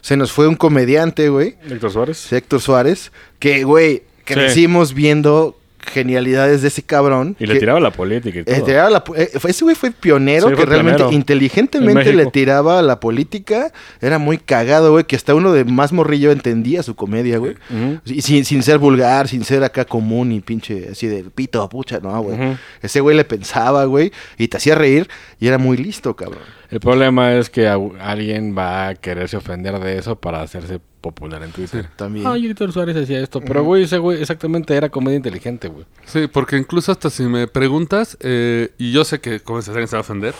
A: se nos fue un comediante, güey,
B: Héctor Suárez.
A: Héctor Suárez, que, güey, crecimos viendo genialidades de ese cabrón.
B: Y le
A: que-
B: tiraba la política y todo.
A: eh, tiraba la po- eh, fue- ese güey fue pionero
B: Sí,
A: que
B: fue
A: realmente
B: pionero.
A: inteligentemente
B: En
A: le
B: México.
A: tiraba a la política. Era muy cagado, güey, que hasta uno de más morrillo entendía su comedia, güey.
B: Ujú.
A: Y sin, sin ser vulgar, sin ser acá común y pinche así de pito, pucha, no, güey.
B: Ujú.
A: Ese güey le pensaba, güey, y te hacía reír y era muy listo, cabrón.
B: El problema es que a- alguien va a quererse ofender de eso para hacerse popular en Twitter.
A: También.
B: Ah, Héctor Suárez hacía esto. Pero, güey, ese güey exactamente era comedia inteligente, güey.
C: Sí, porque incluso hasta si me preguntas, eh, y yo sé que Gómez Adrián se va a ofender,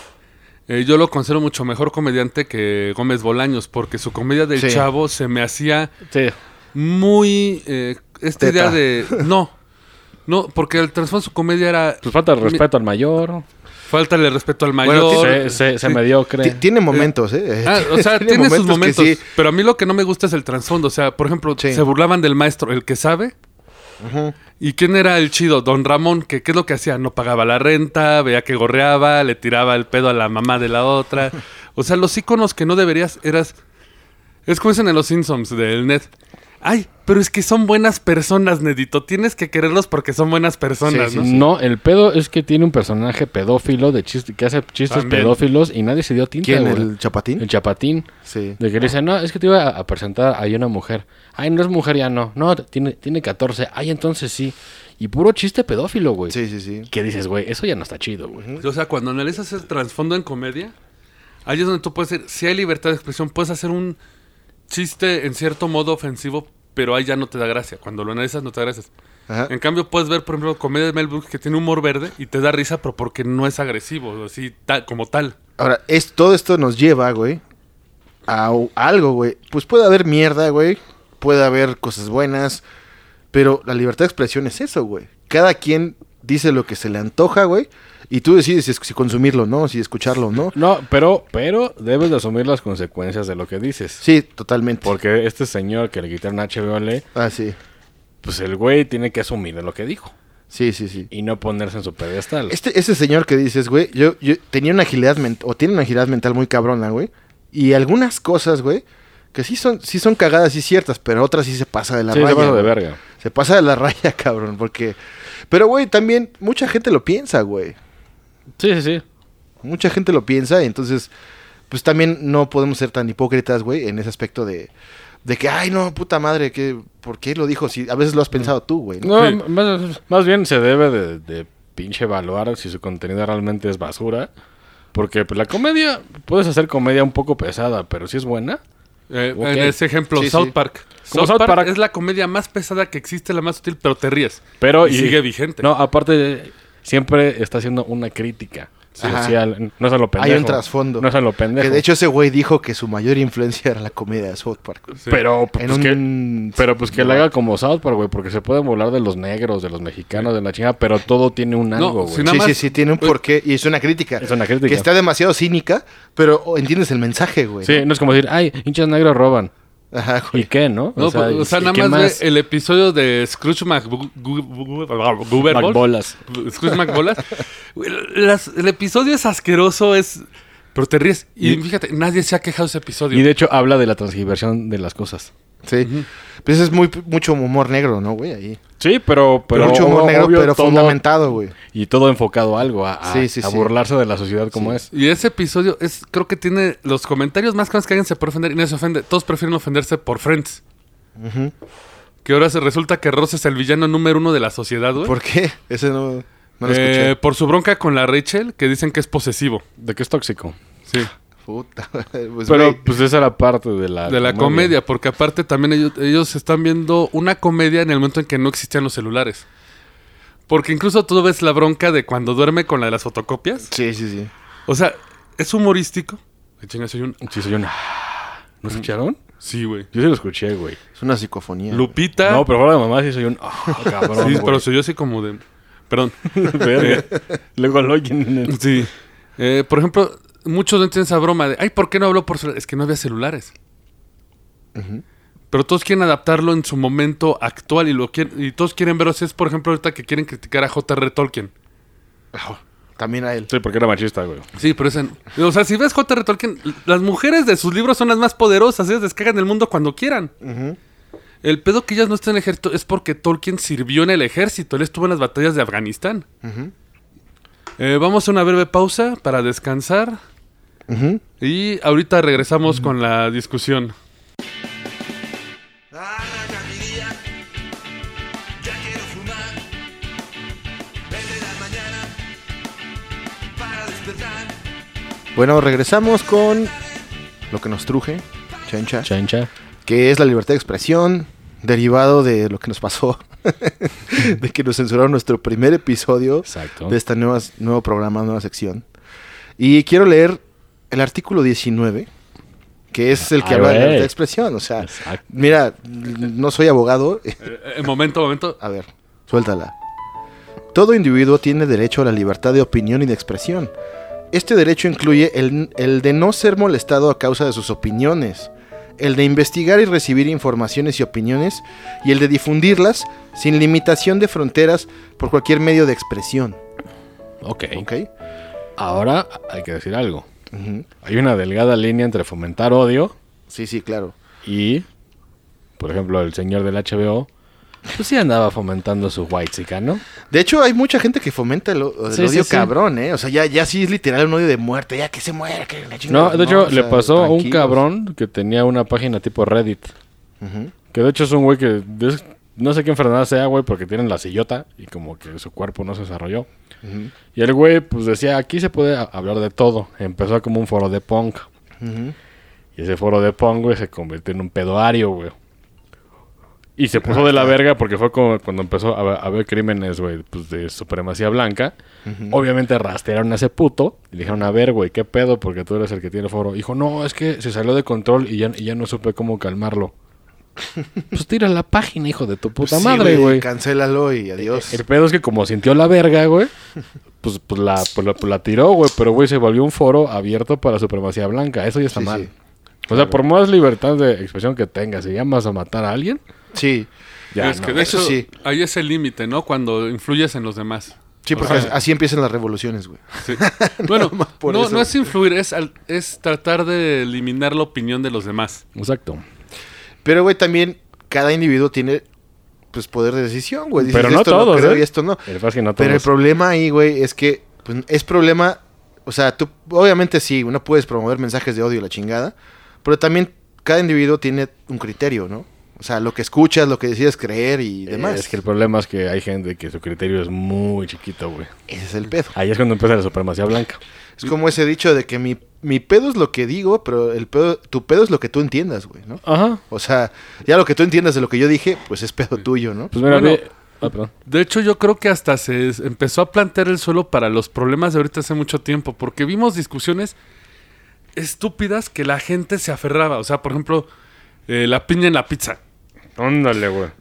C: eh, yo lo considero mucho mejor comediante que Gómez Bolaños, porque su comedia del
A: Sí.
C: chavo se me hacía
B: Sí.
C: muy... eh, esta
A: Teta.
C: idea de... No, no, porque el trasfondo de su comedia era...
B: Pues falta de respeto al mayor.
C: Faltale respeto al mayor.
A: Bueno,
B: Se, se, se mediocre.
A: Ti- Tiene momentos, ¿eh?
C: Ah, o sea, tiene, sus momentos.
A: que sí.
C: Pero a mí lo que no me gusta es el trasfondo. O sea, por ejemplo,
A: Sí.
C: se burlaban del maestro, el que sabe. ¿Y quién era el chido? Don Ramón, que qué es lo que hacía? No pagaba la renta, veía que gorreaba, le tiraba el pedo a la mamá de la otra. O sea, los íconos que no deberías eras... Es como dicen en los Simpsons del net. Ay, pero es que son buenas personas, Nedito. Tienes que quererlos porque son buenas personas,
A: Sí,
C: ¿no?
B: No, el pedo es que tiene un personaje pedófilo de chiste, que hace chistes
C: También.
B: pedófilos y nadie se dio tinta,
A: ¿Quién?
B: güey.
A: ¿El Chapatín?
B: El chapatín.
A: Sí.
B: De que le dicen, no, es que te iba a- a presentar, hay una mujer. Ay, no es mujer, ya no. No, t- tiene, tiene 14. Ay, entonces sí. Y puro chiste pedófilo, güey.
A: Sí, sí, sí.
B: Que dices, güey, eso ya no está chido, güey.
C: O sea, cuando analizas el trasfondo en comedia, ahí es donde tú puedes decir, si hay libertad de expresión, puedes hacer un chiste en cierto modo ofensivo, pero ahí ya no te da gracia. Cuando lo analizas no te da gracia.
A: Ajá.
C: En cambio, puedes ver, por ejemplo, comedia de Mel Brooks que tiene humor verde y te da risa, pero porque no es agresivo, así tal, como tal.
A: Ahora, es, todo esto nos lleva, güey, a, u- algo, güey. Pues puede haber mierda, güey. Puede haber cosas buenas. Pero la libertad de expresión es eso, güey. Cada quien dice lo que se le antoja, güey. Y tú decides si, es- si consumirlo o no, si escucharlo o no.
B: No, pero, pero debes de asumir las consecuencias de lo que dices.
A: Sí, totalmente.
B: Porque este señor que le quitaron HBOL,
A: Ah, sí.
B: pues el güey tiene que asumir lo que dijo.
A: Sí, sí, sí.
B: Y no ponerse en su pedestal.
A: Este, ese señor que dices, güey, yo, yo tenía una agilidad mental, o tiene una agilidad mental muy cabrona, güey. Y algunas cosas, güey, que sí son, sí son cagadas y ciertas, pero otras sí se pasa de la
B: Sí,
A: raya.
B: se pasa de
A: güey.
B: verga.
A: Se pasa de la raya, cabrón, porque... Pero, güey, también mucha gente lo piensa, güey.
B: Sí, sí, sí.
A: Mucha gente lo piensa y entonces, pues también no podemos ser tan hipócritas, güey, en ese aspecto de... De que, ay, no, puta madre, que, ¿por qué lo dijo? Si a veces lo has pensado tú, güey. ¿no?
B: No,
C: Sí.
B: más, más bien se debe de, de pinche evaluar si su contenido realmente es basura. Porque pues, la comedia, puedes hacer comedia un poco pesada, pero si es buena.
C: Eh,
B: Ok.
C: En ese ejemplo,
A: Sí, sí.
C: South Park.
B: Como
C: South,
B: South
C: Park,
B: Park.
C: es la comedia más pesada que existe, la más sutil, pero te ríes.
B: Pero
C: Y sigue vigente.
B: No, aparte, siempre está haciendo una crítica
A: Ajá.
B: social. No es a lo pendejo.
A: Hay un trasfondo.
B: No es a lo pendejo.
A: Que de hecho ese güey dijo que su mayor influencia era la comedia de South Park.
C: Sí.
B: Pero, pues,
A: En
B: que,
A: un...
B: pero pues que la haga como South Park, güey. Porque se puede volar de los negros, de los mexicanos, de la chingada. Pero todo tiene un algo, güey.
C: si Nada
A: sí,
C: más-
A: sí, sí, tiene un porqué y es una crítica.
B: pues Es una crítica.
A: Que está demasiado cínica, pero oh, entiendes el mensaje, güey.
B: Sí, no es como decir, ay, hinchas negros roban.
A: Ajá,
B: ¿Y
A: güey.
B: qué, no?
C: No, pues, o sea,
B: ¿y- y
C: nada
B: qué
C: más, ve el episodio de Scrooge McGuberbolas.
B: McBolas.
C: Scrooge McBolas. Las- el episodio es asqueroso, es. Pero te ríes. Y, fíjate, nadie se ha quejado de ese episodio.
B: Y de hecho habla de la transgiversión de las cosas.
A: Sí. Pues es muy, mucho humor negro, ¿no, güey? Ahí.
B: Sí, pero... pero
A: mucho humor
B: o-
A: negro,
B: obvio,
A: pero
B: todo-
A: fundamentado, güey.
B: Y todo enfocado a algo, a, a-
A: Sí, sí,
B: a
A: sí.
B: burlarse de la sociedad como es.
C: Y ese episodio es, creo que tiene los comentarios más claros que alguien se puede ofender y nadie se ofende. Todos prefieren ofenderse por Friends. Que ahora se resulta que Ross es el villano número uno de la sociedad, güey.
A: ¿Por qué? Ese no, no lo
C: Eh,
A: escuché.
C: por su bronca con la Rachel, que dicen que es posesivo.
B: De que es tóxico.
C: Sí.
A: Puta. Pues,
B: pero
A: güey,
B: pues esa era parte de la...
C: de la comedia, porque aparte también ellos, ellos están viendo una comedia en el momento en que no existían los celulares. Porque incluso tú ves la bronca de cuando duerme con la de las fotocopias.
A: Sí, sí, sí.
C: O sea, es humorístico. Ay, chinga, soy un-
B: Sí, soy una... ¿No escucharon?
C: Sí, güey.
B: Mm. Yo sí lo escuché, güey.
A: Es una psicofonía. güey.
C: Lupita.
B: No, pero fuera de mamá sí soy un... ah, cabrón,
C: Sí,
B: güey.
C: pero soy yo así como de. Perdón.
B: Verga. Luego lo oyen.
C: Sí. Eh, por ejemplo, muchos no entienden esa broma de, ay, ¿por qué no habló por celular? Es que no había celulares. Pero todos quieren adaptarlo en su momento actual y lo quieren, y todos quieren ver, o sea, es por ejemplo ahorita que quieren criticar a J.R. Tolkien.
A: También a él.
B: Sí, porque era machista, güey.
C: Sí, pero esa. no. O sea, si ves J.R. Tolkien, las mujeres de sus libros son las más poderosas. Ellas descargan el mundo cuando quieran. El pedo que ellas no estén en el ejército es porque Tolkien sirvió en el ejército. Él estuvo en las batallas de Afganistán. Eh, vamos a una breve pausa para descansar.
A: Ujú.
C: Y ahorita regresamos con la discusión.
E: A la caminilla, ya quiero fumar. Desde la mañana, para despertar.
A: Bueno, regresamos con lo que nos truje, Chencha,
D: Chancha.
A: que es la libertad de expresión, derivado de lo que nos pasó, de que nos censuraron nuestro primer episodio
B: Exacto.
A: de este nuevas- nuevo programa, nueva sección. Y quiero leer el artículo 19, que es el que
B: Ay,
A: habla de
B: güey.
A: libertad de expresión. O sea,
B: Exacto.
A: mira, no soy abogado.
C: Eh, eh, momento, momento.
A: A ver, suéltala. Todo individuo tiene derecho a la libertad de opinión y de expresión. Este derecho incluye el, el de no ser molestado a causa de sus opiniones, el de investigar y recibir informaciones y opiniones, y el de difundirlas sin limitación de fronteras por cualquier medio de expresión.
B: Ok.
A: ¿Ok?
B: Ahora hay que decir algo.
A: Ujú.
B: Hay una delgada línea entre fomentar odio
A: Sí, sí, claro.
B: y, por ejemplo, el señor del HBO, pues sí andaba fomentando su white chica, ¿no?
A: De hecho, hay mucha gente que fomenta el, o- el
B: Sí, sí,
A: odio
B: sí.
A: cabrón, ¿eh? O sea, ya, ya sí es literal un odio de muerte, ya que se muera, que la chingada.
B: No, de hecho,
A: o
B: le
A: sea,
B: pasó a un
A: tranquilos.
B: cabrón que tenía una página tipo Reddit.
A: Ujú.
B: Que de hecho es un güey que es- no sé qué enfermedad sea, güey, porque tienen la sillota y como que su cuerpo no se desarrolló. Y el güey, pues decía, aquí se puede a- hablar de todo. Empezó como un foro de punk.
A: Ujú.
B: Y ese foro de punk, güey, se convirtió en un pedoario, güey. Y se puso de la verga porque fue como cuando empezó a, a ver crímenes, güey, pues de supremacía blanca. Obviamente rastrearon a ese puto y le dijeron, a ver, güey, ¿qué pedo? Porque tú eres el que tiene el foro. Dijo, no, es que se salió de control y ya, y ya no supe cómo calmarlo. pues tira la página, hijo de tu puta
A: Sí,
B: madre, Pues güey. Eh,
A: Cancélalo y adiós.
B: El pedo es que como sintió la verga, güey, pues, pues, la, pues la- pues la tiró, güey. Pero, güey, se volvió un foro abierto para supremacía blanca. Eso ya está
A: Sí,
B: mal.
A: sí.
B: O sea, por más libertad de expresión que tengas, si llamas a matar a alguien,
A: Sí,
B: ya
C: es
B: no.
C: que de
A: Eso
C: hecho,
A: sí.
C: ahí es el límite, ¿no? Cuando influyes en los demás.
A: sí,
C: O
A: porque
C: sea-
A: así empiezan las revoluciones, güey.
C: Sí. Bueno,
A: más por
C: no,
A: eso.
C: no es influir, es, al- es tratar de eliminar la opinión de los demás.
B: Exacto.
A: Pero, güey, también cada individuo tiene, pues, poder de decisión, güey. Dices,
B: Pero no
A: esto
B: todos,
A: creo
B: ¿eh?
A: y esto no.
B: El pasa es que no
A: Pero el
B: todos-
A: problema ahí, güey, es que pues, es problema. O sea, tú, obviamente sí, no puedes promover mensajes de odio y la chingada. Pero también cada individuo tiene un criterio, ¿no? O sea, lo que escuchas, lo que decides creer y demás.
B: Es que el problema es que hay gente que su criterio es muy chiquito, güey.
A: Ese es el pedo.
B: Ahí es cuando empieza la supremacía blanca.
A: Es como ese dicho de que mi, mi pedo es lo que digo, pero el pedo, tu pedo es lo que tú entiendas, güey, ¿no?
B: Ajá.
A: O sea, ya lo que tú entiendas de lo que yo dije, pues es pedo tuyo, ¿no?
B: Pues mira,
C: Bueno.
B: ve- Ah, perdón.
C: De hecho, yo creo que hasta se es- empezó a plantear el suelo para los problemas de ahorita hace mucho tiempo, porque vimos discusiones estúpidas que la gente se aferraba. O sea, por ejemplo, eh, la piña en la pizza.
B: Ándale, güey.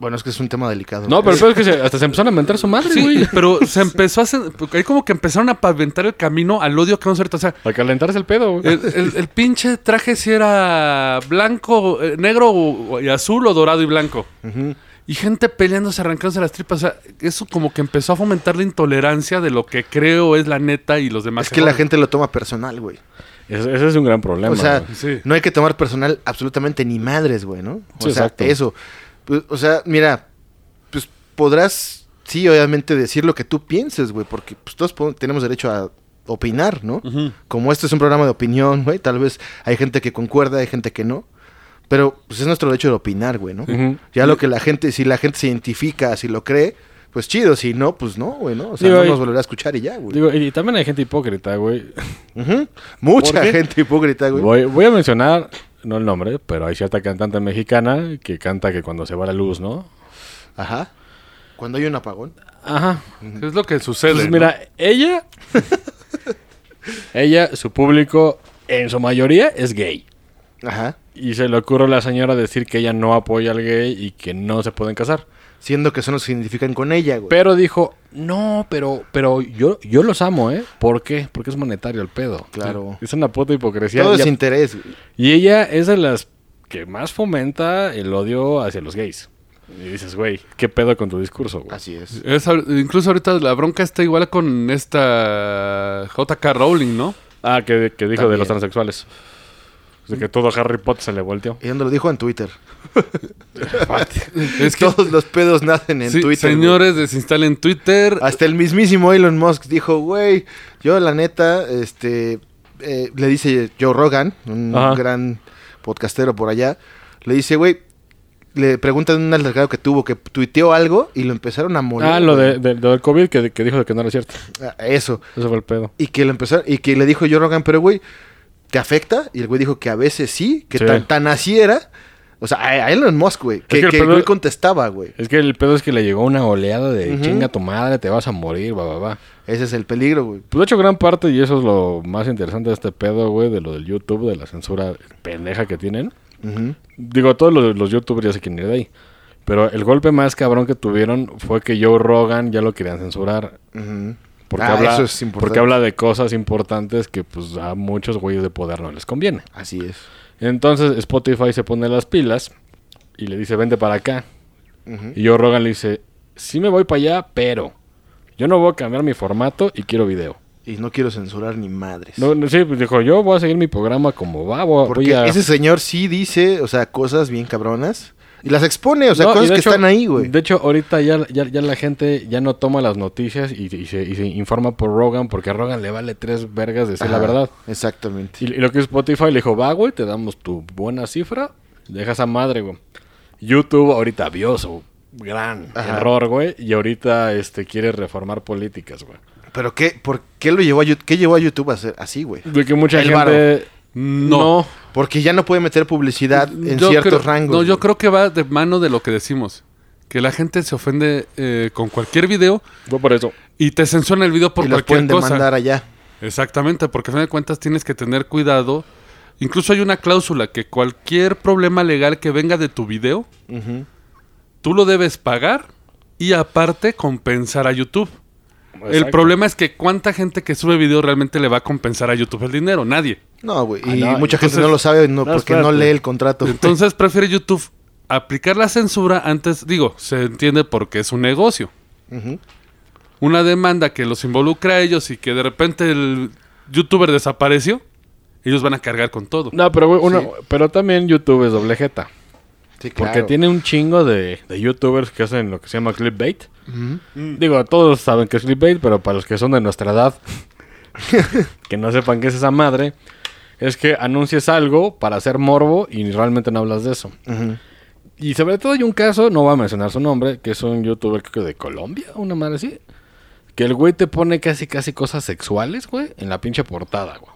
A: Bueno, es que es un tema delicado.
B: No, pero
A: güey.
B: el pedo es que se- hasta se empezaron a mentar su madre, güey.
C: Sí, pero se empezó a hacer. porque Ahí como que empezaron a pavimentar el camino al odio que vamos a ahorita. O sea,
B: A calentarse el pedo, güey.
C: el, el- el pinche traje si era blanco, eh, negro o- o- y azul o dorado y blanco. Y gente peleándose, arrancándose las tripas. O sea, eso como que empezó a fomentar la intolerancia de lo que creo es la neta y los demás.
A: es
C: se
A: que la
C: joden.
A: gente lo toma personal, güey.
B: Ese, ese es un gran problema.
A: O sea,
B: güey.
C: Sí.
A: no hay que tomar personal absolutamente ni madres, güey, ¿no? O
B: Sí,
A: sea,
B: exacto.
A: eso. Pues, o sea, mira, pues podrás, sí, obviamente decir lo que tú pienses, güey, porque pues, todos po- tenemos derecho a opinar, ¿no? Como esto es un programa de opinión, güey, tal vez hay gente que concuerda, hay gente que no. Pero pues es nuestro derecho de opinar, güey, ¿no?
B: Ujú.
A: Ya lo que la gente, si la gente se identifica, si lo cree, pues chido, si no, pues no, güey, ¿no? O sea,
B: Digo,
A: no
B: y-
A: nos volverá a escuchar y ya, güey.
B: Digo, y también hay gente hipócrita, güey.
A: Ujú. Mucha
B: ¿Por qué?
A: gente hipócrita, güey.
B: Voy, voy a mencionar, no el nombre, pero hay cierta cantante mexicana que canta que cuando se va la luz, ¿no?
A: Ajá. Cuando hay un apagón.
B: Ajá.
C: Es lo que sucede.
A: Pues
B: Entonces,
C: ¿no?
B: mira, ella. ella, su público, en su mayoría, es gay.
A: Ajá.
B: Y se le ocurre a la señora decir que ella no apoya al gay y que no se pueden casar.
A: Siendo que son los que se identifican con ella, güey.
B: Pero dijo, no, pero, pero yo, yo los amo, ¿eh? ¿Por qué? Porque es monetario el pedo.
A: Claro.
B: Es una puta hipocresía.
A: Todo
B: Y
A: es
B: a-
A: interés, güey.
B: Y ella es de las que más fomenta el odio hacia los gays. Y dices, güey, ¿qué pedo con tu discurso, güey?
A: Así es.
C: Es ahor- incluso ahorita la bronca está igual con esta JK Rowling, ¿no?
B: Ah, que, que dijo de
D: También.
B: los transexuales. De que todo Harry Potter se le volteó.
A: Y donde lo dijo en Twitter.
C: Es que
A: Todos los pedos nacen en
C: sí,
A: Twitter. güey. Ah,
C: señores, desinstalen Twitter.
A: Hasta el mismísimo Elon Musk dijo, güey, yo la neta, este, eh, le dice Joe Rogan, un
B: Ajá.
A: gran podcastero por allá, le dice, güey, le preguntan un altercado que tuvo, que tuiteó algo y lo empezaron a morir. Ah,
B: Ah, lo, de, de- lo del COVID que, que dijo que no era cierto.
A: Eso.
B: Ese fue el pedo.
A: Y que, lo empezaron, y que le dijo Joe Rogan, pero güey, ¿te afecta? Y el güey dijo que a veces sí, que
B: Sí.
A: Tan, tan así era. O sea, a a Elon Musk, güey, que,
B: que el
A: que el
B: pedo-
A: güey contestaba, güey.
B: Es que el pedo es que le llegó una oleada de
A: Ujú.
B: chinga tu madre, te vas a morir, va, va, va.
A: Ese es el peligro, güey.
B: Pues de hecho, gran parte, y eso es lo más interesante de este pedo, güey, de lo del YouTube, de la censura pendeja que tienen.
A: Ujú.
B: Digo, todos los, los youtubers ya sé quién era de ahí. Pero el golpe más cabrón que tuvieron fue que Joe Rogan ya lo querían censurar.
A: Ujú.
B: Porque,
A: Ah,
B: habla,
A: eso es importante.
B: porque habla de cosas importantes que pues a muchos güeyes de poder no les conviene.
A: Así es.
B: Entonces Spotify se pone las pilas y le dice, vente para acá.
A: Ujú.
B: Y Joe Rogan le dice, sí me voy para allá, pero yo no voy a cambiar mi formato y quiero video.
A: Y no quiero censurar ni madres.
B: No, no, sí, pues dijo, yo voy a seguir mi programa como va, voy, voy
A: Porque
B: a...
A: ese señor sí dice, o sea, cosas bien cabronas. Y las expone, o sea,
B: No, y
A: cosas
B: de
A: que
B: hecho-
A: están ahí, güey.
B: De hecho, ahorita ya, ya, ya la gente ya no toma las noticias y, y se, y se informa por Rogan porque a Rogan le vale tres vergas decir la
A: Ajá,
B: verdad.
A: Exactamente.
B: Y, y lo que Spotify le dijo, va, güey, te damos tu buena cifra, dejas a madre, güey. YouTube ahorita vio su gran
A: Ajá.
B: error, güey, y ahorita este, quiere reformar políticas, güey.
A: Pero qué, ¿por qué lo llevó a YouTube, qué llevó a YouTube a hacer así, güey?
B: De que mucha
A: El
B: gente...
C: No.
A: Porque ya no puede meter publicidad en
C: Yo
A: ciertos
C: creo-
A: rangos.
C: No, yo
A: güey.
C: creo que va de mano de lo que decimos. Que la gente se ofende eh, con cualquier video
B: Fue por eso.
C: y te censuran el video por
A: y los
C: cualquier
A: pueden
C: cosa.
A: demandar allá.
C: Exactamente, porque a fin de cuentas tienes que tener cuidado. Incluso hay una cláusula que cualquier problema legal que venga de tu video,
A: Ujú.
C: tú lo debes pagar y aparte compensar a YouTube. El
B: Exacto.
C: problema es que cuánta gente que sube video realmente le va a compensar a YouTube el dinero, nadie.
A: No, güey.
B: Ah,
A: y
B: no,
A: mucha gente
B: entonces-
A: no lo sabe no,
B: No,
A: porque no
B: espérate.
A: lee el contrato. güey.
C: Entonces prefiere YouTube aplicar la censura antes, digo, se entiende porque es un negocio.
A: Ujú.
C: Una demanda que los involucra a ellos y que de repente el youtuber desapareció, ellos van a cargar con todo.
B: No, pero, güey, uno- pero también YouTube es doble jeta.
A: Sí, claro.
B: Porque tiene un chingo de, de youtubers que hacen lo que se llama clipbait.
A: Ujú.
B: Digo, todos saben que es clipbait, pero para los que son de nuestra edad, que no sepan qué es esa madre, es que anuncies algo para hacer morbo y realmente no hablas de eso.
A: Ujú.
B: Y sobre todo hay un caso, no voy a mencionar su nombre, que es un youtuber creo que de Colombia, una madre así, que el güey te pone casi casi cosas sexuales, güey, en la pinche portada, güey.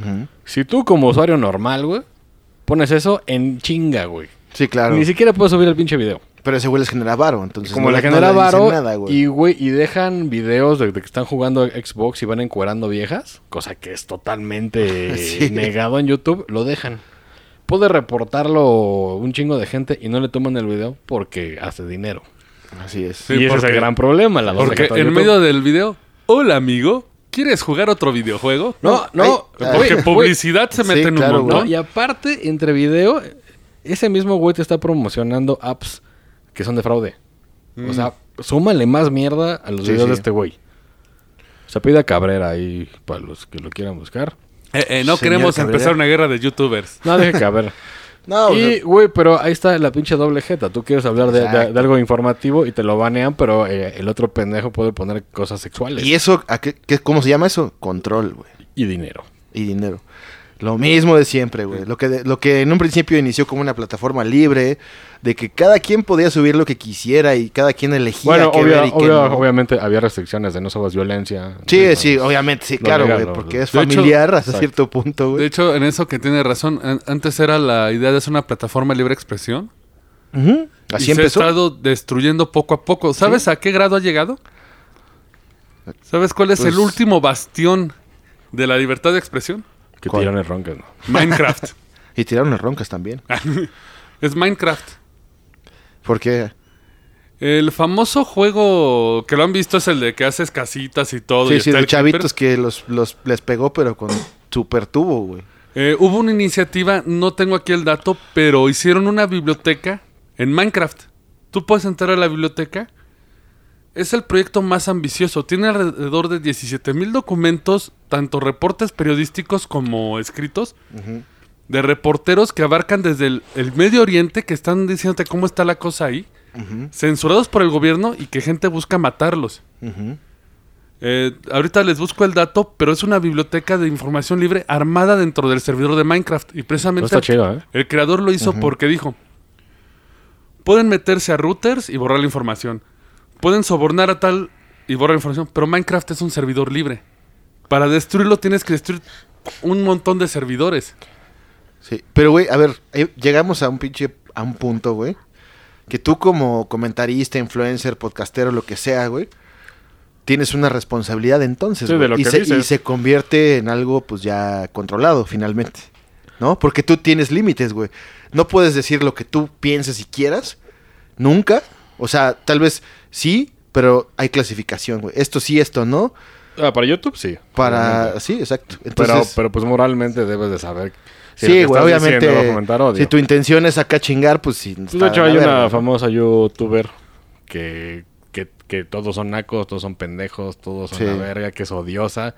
A: Ujú.
B: Si tú como usuario normal, güey, pones eso en chinga, güey.
A: Sí, claro.
B: Ni siquiera puedes subir el pinche video.
A: Pero ese güey les genera varo, entonces.
B: Como
A: Pues no
B: la
A: le- no
B: genera
A: le dicen
B: varo
A: nada, güey.
B: y, güey, y dejan videos de, de que están jugando a Xbox y van encuerando viejas, cosa que es totalmente
A: Ah, Sí.
B: negado en YouTube, lo dejan. Puede reportarlo un chingo de gente y no le toman el video porque hace dinero.
A: Así es.
C: Sí,
B: y ese es el
C: porque-
B: gran problema, la
C: Porque en medio del video, hola amigo, ¿quieres jugar otro videojuego?
B: No, no,
A: Ay, ay.
C: Porque
B: güey,
C: publicidad se
A: Sí,
C: mete en
A: claro,
C: un
B: No,
C: montón. Eh,
B: y aparte, entre video, ese mismo güey te está promocionando apps que son de fraude. O sea, súmale más mierda a los
A: Mm. Sí,
B: videos
A: sí.
B: de este güey. O sea, pida Cabrera ahí para los que lo quieran buscar.
C: Eh, eh, no
A: Señor
C: queremos
A: Cabrera.
C: empezar una guerra de youtubers.
B: No, deje Cabrera.
A: No, o sea,
B: y, güey, pero ahí está la pinche doble jeta. Tú quieres hablar de, de-
A: Exacto.
B: de algo informativo y te lo banean, pero eh, el otro pendejo puede poner cosas sexuales.
A: ¿Y eso? ¿a qué- qué- ¿Cómo se llama eso? Control, güey.
B: Y dinero.
A: Y dinero. Lo mismo de siempre, güey. Lo que, de- lo que en un principio inició como una plataforma libre, de que cada quien podía subir lo que quisiera y cada quien elegía
B: Bueno,
A: qué
B: obvio-
A: ver y qué
B: obvio-
A: no.
B: obviamente había restricciones de no subas violencia.
A: Sí,
B: Entonces,
A: sí,
C: pues,
A: obviamente, sí,
B: lo
A: claro,
B: legal,
A: güey,
B: lo-
A: porque es
C: de hecho-
A: familiar hasta
B: Exacto.
A: cierto punto,
C: De
A: güey.
C: hecho, en eso que tiene razón, an- antes era la idea de hacer una plataforma de libre expresión.
A: Ujú.
C: y
A: Así
C: se
A: empezó.
C: ha estado destruyendo poco a poco. ¿Sabes a qué grado ha llegado? ¿Sabes cuál es
A: Pues-
C: el último bastión de la libertad de expresión?
B: Que
A: ¿Cuál?
B: tiran el roncas, ¿no?
C: Minecraft.
A: Y tiraron las roncas también.
C: Ah. es Minecraft.
A: Porque
C: El famoso juego que lo han visto es el de que haces casitas y todo. y
A: sí, sí,
C: está
A: de
C: el
A: chavitos
C: creeper.
A: que los, los les pegó, pero con super tubo, güey.
C: Eh, hubo una iniciativa, no tengo aquí el dato, pero hicieron una biblioteca en Minecraft. Tú puedes entrar a la biblioteca. Es el proyecto más ambicioso. Tiene alrededor de 17 mil documentos, tanto reportes periodísticos como escritos, de reporteros que abarcan desde el, el Medio Oriente, que están diciéndote cómo está la cosa ahí, censurados por el gobierno y que gente busca matarlos.
A: Ujú.
C: Eh, ahorita les busco el dato, pero es una biblioteca de información libre armada dentro del servidor de Minecraft. Y precisamente
B: Está
C: el-
B: chido, ¿eh?
C: el creador lo hizo porque dijo, pueden meterse a routers y borrar la información. Pueden sobornar a tal y borrar la información, pero Minecraft es un servidor libre. Para destruirlo tienes que destruir un montón de servidores.
A: Sí, pero güey, a ver, eh, llegamos a un pinche, a un punto, güey, que tú como comentarista, influencer, podcastero, lo que sea, güey, tienes una responsabilidad entonces,
B: Sí, de
A: güey,
B: lo
A: y,
B: que
A: se,
B: dices.
A: y se convierte en algo, pues, ya controlado, finalmente, ¿no? Porque tú tienes límites, güey, no puedes decir lo que tú pienses y quieras, nunca, o sea, tal vez sí, pero hay clasificación, güey, esto sí, esto no,
B: Ah, para YouTube sí.
A: para,
B: obviamente.
A: sí, exacto,
B: Pero,
A: entonces...
B: pero pues moralmente debes de saber. si lo
A: Sí,
B: que
A: güey,
B: estás
A: obviamente.
B: diciendo va a fomentar odio.
A: Si tu intención es acá chingar, pues sí.
B: Pues, de hecho, hay una famosa youtuber que, que, que todos son nacos, todos son pendejos, todos son
A: Sí.
B: la verga, que es odiosa.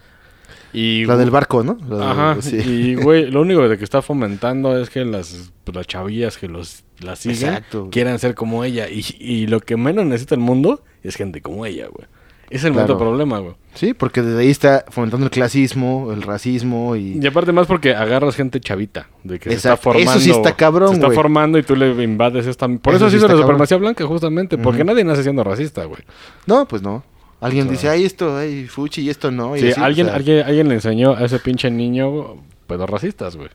B: Y,
A: La del barco, ¿no? La del-
B: Ajá.
A: sí.
B: Y, güey, lo único de que está fomentando es que las, pues, las chavillas que los, las siguen
A: Exacto, güey.
B: quieran ser como ella. Y, y lo que menos necesita el mundo es gente como ella, güey. Es el
A: Claro.
B: mayor problema, güey.
A: Sí, porque desde ahí está fomentando el clasismo, el racismo y.
B: Y aparte más porque agarras gente chavita, de que se está
A: Exacto. Eso
B: formando.
A: sí está cabrón,
B: Se está
A: güey.
B: formando y tú le invades esta... Por
A: Eso
B: eso,
A: sí
B: se hizo
A: está
B: la
A: cabrón.
B: supremacía blanca, justamente. Porque nadie nace siendo racista, güey.
A: No, pues no. Alguien dice, ay, esto, ay, fuchi, y esto no. y
B: Sí,
A: así,
B: alguien,
A: o sea,
B: alguien, alguien le enseñó a ese pinche niño pedos racistas, güey.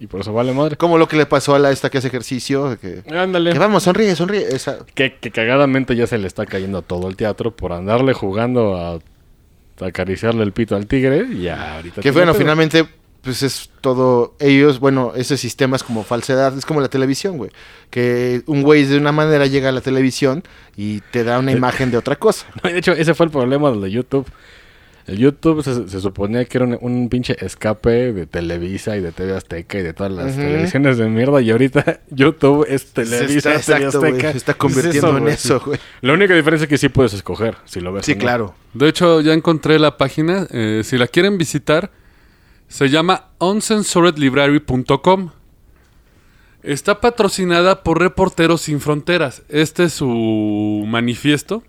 B: Y por eso vale madre.
A: Como lo que le pasó a la esta que hace ejercicio. Que,
B: Ándale.
A: que vamos, sonríe, sonríe. esa-
B: Que, que cagadamente ya se le está cayendo a todo el teatro por andarle jugando a, a acariciarle el pito al tigre. Y ya ahorita...
A: Que
B: tiene
A: bueno,
B: pedo.
A: finalmente, pues es todo. Ellos, bueno, ese sistema es como falsedad, es como la televisión, güey. Que un güey de una manera llega a la televisión y te da una imagen de otra cosa.
B: No, y de hecho, ese fue el problema de YouTube. El YouTube se, se suponía que era un, un pinche escape de Televisa y de TV Azteca y de todas las
A: Ujú.
B: televisiones de mierda. Y ahorita YouTube es
A: Se
B: Televisa,
A: está,
B: TV
A: exacto, güey,
B: Azteca.
A: se está
B: Es
A: convirtiendo en
B: güey.
A: eso, güey.
B: La única diferencia es que sí puedes escoger, si lo ves. o
A: Sí,
B: no.
A: claro.
C: De hecho, ya encontré la página. eh, si la quieren visitar, se llama uncensoredlibrary.com. Está patrocinada por Reporteros Sin Fronteras. Este es su manifiesto.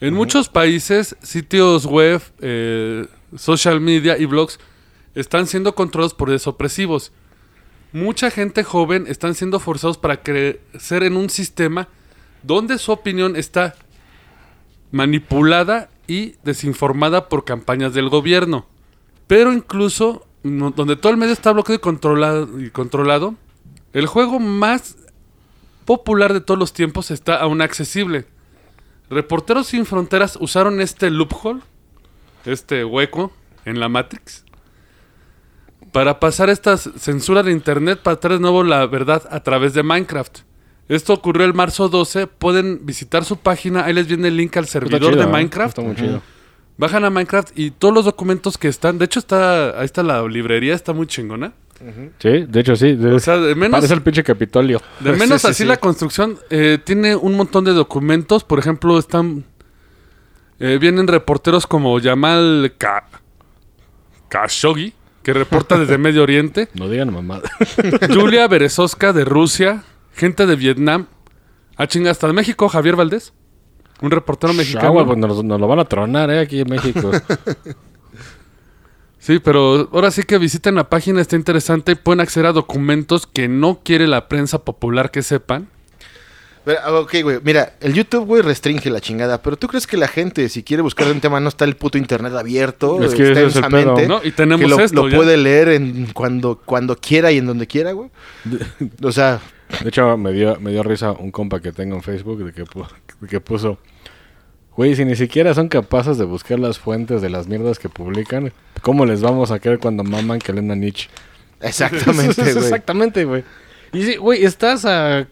C: En muchos países, sitios web, eh, social media y blogs están siendo controlados por desopresivos. Mucha gente joven están siendo forzados para crecer en un sistema donde su opinión está manipulada y desinformada por campañas del gobierno. Pero incluso no- donde todo el medio está bloqueado y controlado, y controlado, el juego más popular de todos los tiempos está aún accesible. Reporteros sin fronteras usaron este loophole, este hueco en la Matrix, para pasar esta c- censura de Internet para traer de nuevo la verdad a través de Minecraft. Esto ocurrió el marzo 12. Pueden visitar su página. Ahí les viene el link al
B: Está
C: servidor
B: chido,
C: de
B: ¿eh?
C: Minecraft.
B: Está muy chido.
C: Bajan a Minecraft y todos los documentos que están. De hecho, está. Ahí está la librería, está muy chingona.
B: Sí, de hecho sí. de-
C: O sea, de menos,
B: Parece el pinche Capitolio.
C: de menos
A: Sí, sí,
C: así
A: sí.
C: la construcción eh, tiene un montón de documentos. Por ejemplo, están. eh, vienen reporteros como Yamal Ka- Khashoggi, que reporta desde Medio Oriente.
B: No digan mamá.
C: Julia Berezovska de Rusia. Gente de Vietnam. A chinga, hasta de México, Javier Valdés. Un reportero
B: Ah, güey, pues
C: mexicano.
B: nos, nos lo van a tronar, ¿eh? Aquí en México.
C: Sí, pero ahora sí que visiten la página, está interesante. Pueden acceder a documentos que no quiere la prensa popular que sepan.
A: Pero, ah, ok, güey. Mira, el YouTube, güey, restringe la chingada. Pero tú crees que la gente, si quiere buscar un tema, no está el puto internet abierto
B: Es que ese es el pedo,
A: extensamente.
C: ¿no? Y tenemos
A: Eh, que lo,
C: esto,
A: lo
C: ya.
A: puede leer en cuando, cuando quiera y en donde quiera, güey. O sea,
B: De hecho, me dio, me dio risa un compa que tengo en Facebook de que, pu- de que puso, güey, si ni siquiera son capaces de buscar las fuentes de las mierdas que publican, ¿cómo les vamos a creer cuando maman que leen a Nietzsche?
A: exactamente,
B: Es
A: güey.
B: Exactamente, güey. Y sí, güey, estás a...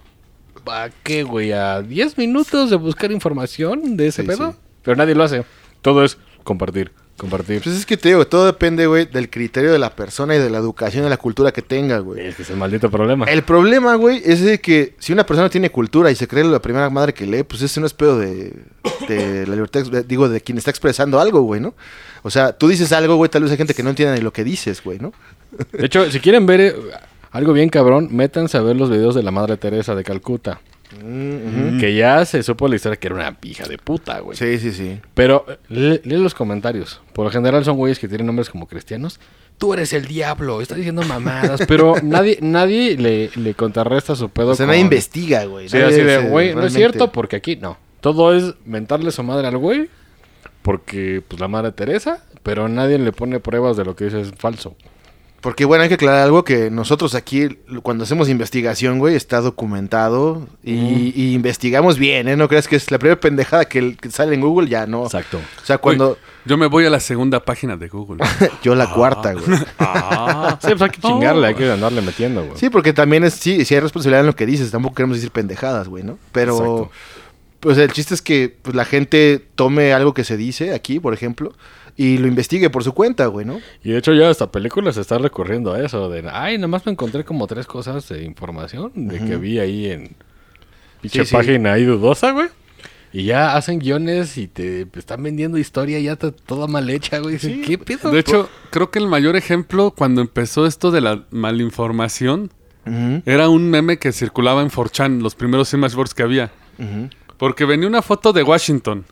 B: ¿A qué, güey? ¿A 10 minutos de buscar información de ese
A: Sí,
B: pedo?
A: sí.
B: Pero nadie lo hace. Todo es compartir, Compartir.
A: Pues es que te digo, todo depende, güey, del criterio de la persona y de la educación y la cultura que tenga, güey.
B: Es que es el maldito problema.
A: El problema, güey, es de que si una persona tiene cultura y se cree la primera madre que lee, pues ese no es pedo de, de la libertad, de- digo, de quien está expresando algo, güey, ¿no? O sea, tú dices algo, güey, tal vez hay gente que no entiende ni lo que dices, güey, ¿no?
B: De hecho, si quieren ver eh, algo bien cabrón, métanse a ver los videos de la Madre Teresa de Calcuta. Que ya se supo la historia que era una pija de puta, güey.
A: Mm, Sí, sí, sí.
B: Pero eh, lee, lee los comentarios. Por lo general son güeyes que tienen nombres como cristianos. Tú eres el diablo, estás diciendo mamadas. pero nadie, nadie le, le contrarresta su pedo.
A: O sea,
B: con-
A: nadie investiga, güey.
B: Sí,
A: Nadie
B: así de,
A: se-
B: güey, no es
A: realmente-
B: cierto porque aquí no. Todo es mentarle su madre al güey porque, pues, la madre Teresa, pero nadie le pone pruebas de lo que dice es falso.
A: Porque, bueno, hay que aclarar algo que nosotros aquí, cuando hacemos investigación, güey, está documentado y,
B: Mm.
A: y investigamos bien, ¿eh? No creas que es la primera pendejada que, que sale en Google, ya no.
B: Exacto.
A: O sea, cuando...
C: Uy, yo me voy a la segunda página de Google.
A: Yo la cuarta, güey.
C: Ah.
B: Sí, pues hay que chingarle, hay que andarle metiendo, güey.
A: Sí, porque también es, sí, sí hay responsabilidad en lo que dices, tampoco queremos decir pendejadas, güey, ¿no? Pero,
B: Exacto.
A: pues el chiste es que pues, la gente tome algo que se dice aquí, por ejemplo, y lo investigue por su cuenta, güey, ¿no?
B: Y de hecho ya hasta películas se está recurriendo a eso. De, ay, nomás me encontré como tres cosas de información de que vi ahí en pinche
A: Sí, sí.
B: página ahí dudosa, güey. Y ya hacen guiones y te están vendiendo historia ya to- toda mal hecha, güey. Dicen, ¿Qué pedo?
C: De hecho, creo que el mayor ejemplo cuando empezó esto de la malinformación
A: Ujú,
C: era un meme que circulaba en 4chan, los primeros Smash Bros. que había.
A: ujú.
C: Porque venía una foto de Washington.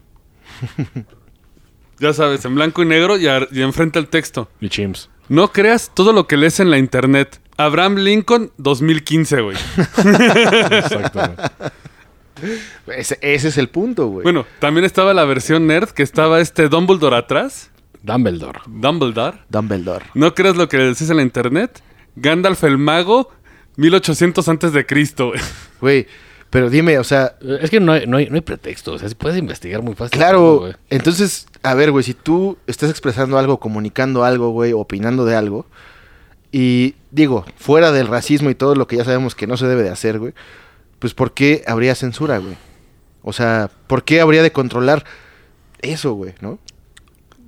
C: ya sabes, en blanco y negro y, ar- y enfrente el texto.
B: Y chimps.
C: No creas todo lo que lees en la internet. Abraham Lincoln 2015, güey.
B: Exacto, güey.
A: Ese, ese es el punto, güey.
C: Bueno, también estaba la versión nerd que estaba este Dumbledore atrás.
B: Dumbledore.
C: Dumbledore.
A: Dumbledore.
C: No creas lo que decís en la internet. Gandalf el mago, 1800 antes de Cristo. güey.
A: Güey, pero dime, o sea,
B: Eh, Es que no hay, no hay, no hay pretexto. O sea, se puedes investigar muy fácil. todo,
A: claro,
B: güey.
A: entonces, a ver, güey, si tú estás expresando algo, comunicando algo, güey, opinando de algo, y digo, fuera del racismo y todo lo que ya sabemos que no se debe de hacer, güey, pues ¿por qué habría censura, güey? O sea, ¿por qué habría de controlar eso, güey, no?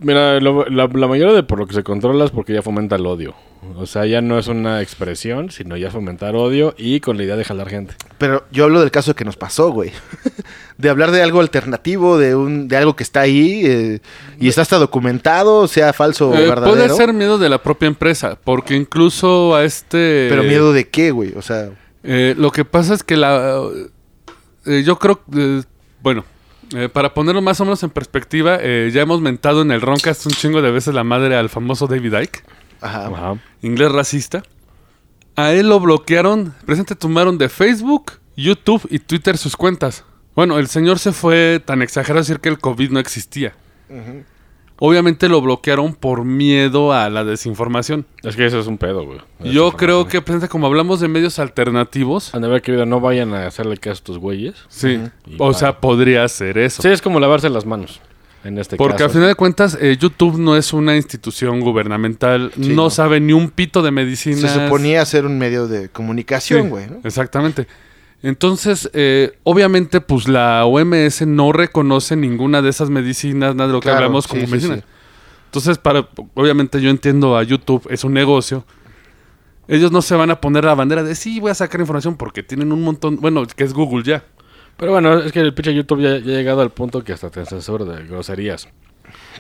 B: Mira, lo- la, la mayoría de por lo que se controla es porque ya fomenta el odio. O sea, ya no es una expresión, sino ya es fomentar odio y con la idea de jalar gente.
A: Pero yo hablo del caso que nos pasó, güey. de hablar de algo alternativo, de un de algo que está ahí eh, y está hasta documentado, sea falso o
C: Eh,
A: verdadero.
C: puede ser miedo de la propia empresa, porque incluso a este...
A: Pero miedo de qué, güey? O sea,
C: Eh, lo que pasa es que la... eh, yo creo... eh, bueno, eh, para ponerlo más o menos en perspectiva, eh, ya hemos mentado en el Roncast un chingo de veces la madre al famoso David Icke,
A: ajá.
B: Ajá.
C: inglés racista. A él lo bloquearon, presente tomaron de Facebook, YouTube y Twitter sus cuentas. Bueno, el señor se fue tan exagerado a decir que el COVID no existía. Obviamente lo bloquearon por miedo a la desinformación.
B: Es que eso es un pedo, güey.
C: Yo creo que, presente, como hablamos de medios alternativos,
B: Han de haber querido, no vayan a hacerle caso a estos güeyes.
C: Sí.
B: Y
C: O
B: para.
C: sea, podría ser eso.
B: Sí, es como lavarse las manos. En este
C: Porque al
B: caso.
C: final de cuentas, eh, YouTube no es una institución gubernamental,
A: Sí,
C: no,
A: no.
C: sabe ni un pito de medicina.
A: Se suponía ser un medio de comunicación, güey, ¿no?
C: Exactamente. Entonces, eh, obviamente, pues la OMS no reconoce ninguna de esas medicinas, nada de lo que
A: Claro,
C: hablamos como
A: sí, sí,
C: medicina.
A: sí.
C: Entonces, para, obviamente yo entiendo a YouTube, es un negocio. Ellos no se van a poner la bandera de sí, voy a sacar información porque tienen un montón, bueno, que es Google ya.
B: Pero bueno, es que el pinche YouTube ya, ya ha llegado al punto que hasta te censura de groserías.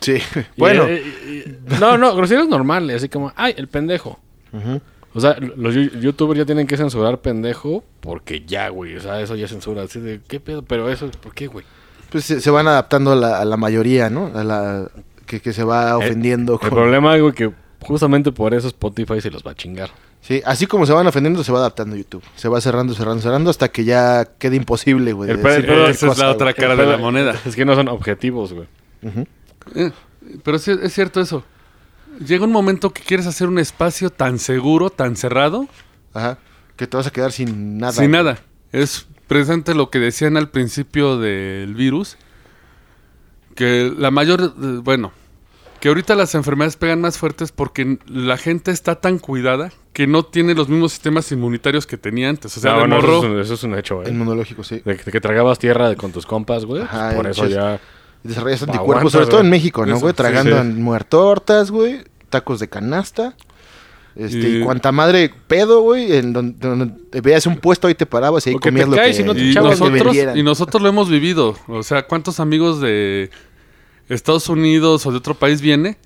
A: Sí.
B: Y,
A: Bueno,
B: eh, eh, no, no, groserías normales. Así como, ay, el pendejo.
A: Ujú.
B: O sea, los yu- youtubers ya tienen que censurar pendejo porque ya, güey. O sea, eso ya censura. Así de, ¿qué pedo? Pero eso, ¿por qué, güey?
A: pues se, se van adaptando a la, a la mayoría, ¿no? A la que, que se va ofendiendo.
B: El
A: con-
B: problema, güey, que justamente por eso Spotify se los va a chingar.
A: Sí, así como se van ofendiendo, se va adaptando YouTube. Se va cerrando, cerrando, cerrando hasta que ya quede imposible, güey. de
B: El pe-
A: decir
B: el
A: cualquier
B: pe-
C: esa es la
A: cosa,
C: otra
A: güey.
C: cara de la moneda.
B: Es que no son objetivos, güey.
C: Eh, pero sí, es cierto eso. Llega un momento que quieres hacer un espacio tan seguro, tan cerrado,
A: Ajá. Que te vas a quedar sin nada.
C: sin
A: güey.
C: nada. Es presente lo que decían al principio del virus, que la mayor, eh, bueno, que ahorita las enfermedades pegan más fuertes porque n- la gente está tan cuidada que no tiene los mismos sistemas inmunitarios que tenía antes. O sea,
B: Ah,
C: de
B: bueno,
C: morro,
B: eso, es un, eso es un hecho, güey.
A: El monológico, sí.
B: De que, de que tragabas tierra de- con tus compas, güey. pues,
A: Ajá,
B: Por
A: el
B: eso
A: chis-
B: ya.
A: desarrollas
B: Pa,
A: anticuerpos,
B: aguantas,
A: sobre todo en
B: güey.
A: México, ¿no,
C: Eso,
A: güey?
C: sí,
A: Tragando
C: sí.
A: en muertortas, güey, tacos de canasta. Este, y...
C: Y-
A: cuanta madre pedo, güey, en donde, donde te veías un puesto ahí te parabas y ahí
B: O que te
A: comías lo
B: caes
A: que
B: y no te
C: Y
B: Chavos,
A: lo que
C: nosotros,
A: vendieran.
C: y nosotros lo hemos vivido. O sea, ¿cuántos amigos de Estados Unidos o de otro país viene?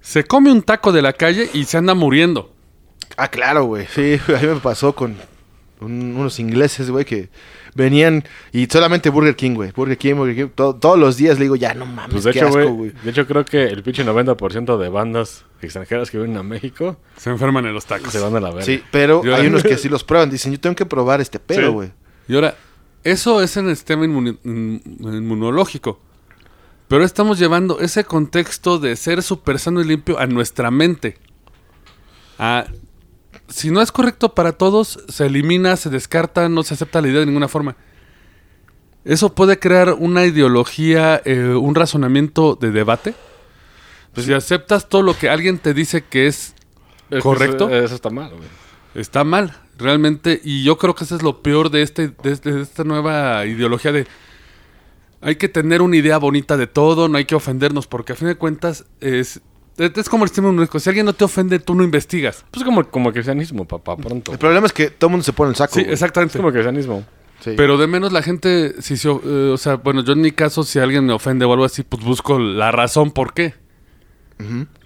C: Se come un taco de la calle y se anda muriendo.
A: Ah, claro, güey. Sí, a mí me pasó con un- unos ingleses, güey, que venían y solamente Burger King, güey. Burger King, Burger King. todo- todos los días le digo, ya no mames,
B: Pues de
A: qué
B: hecho,
A: asco,
B: güey.
A: güey.
B: De hecho, creo que el pinche 90% de bandas extranjeras que vienen a México
C: Se enferman en los tacos.
B: se van a la verga.
A: Sí, pero
C: Yo-
A: hay unos que sí los prueban. Dicen, yo tengo que probar este pedo,
B: Sí.
A: güey.
C: Y ahora, eso es en el sistema inmuni- in- inmunológico. Pero estamos llevando ese contexto de ser súper sano y limpio a nuestra mente. A- si no es correcto para todos, se elimina, se descarta, no se acepta la idea de ninguna forma. Eso puede crear una ideología, eh, un razonamiento de debate. Pues si aceptas todo lo que alguien te dice que es
B: Es que
C: ¿Correcto?
B: Eso, eso está mal, güey.
C: Está mal, realmente. Y yo creo que eso es lo peor de, este, de, de esta nueva ideología de... Hay que tener una idea bonita de todo, no hay que ofendernos, porque a fin de cuentas es, es, es como el sistema inmunológico. Si alguien no te ofende, tú no investigas.
B: Pues como, como el cristianismo, papá, pronto.
A: El problema es que todo el mundo se pone el saco.
C: Sí,
A: güey.
B: Es
C: exactamente.
B: como el cristianismo.
A: Sí.
C: Pero de menos la gente, si se o- eh, o sea, bueno, yo en mi caso, si alguien me ofende o algo así, pues busco la razón por qué.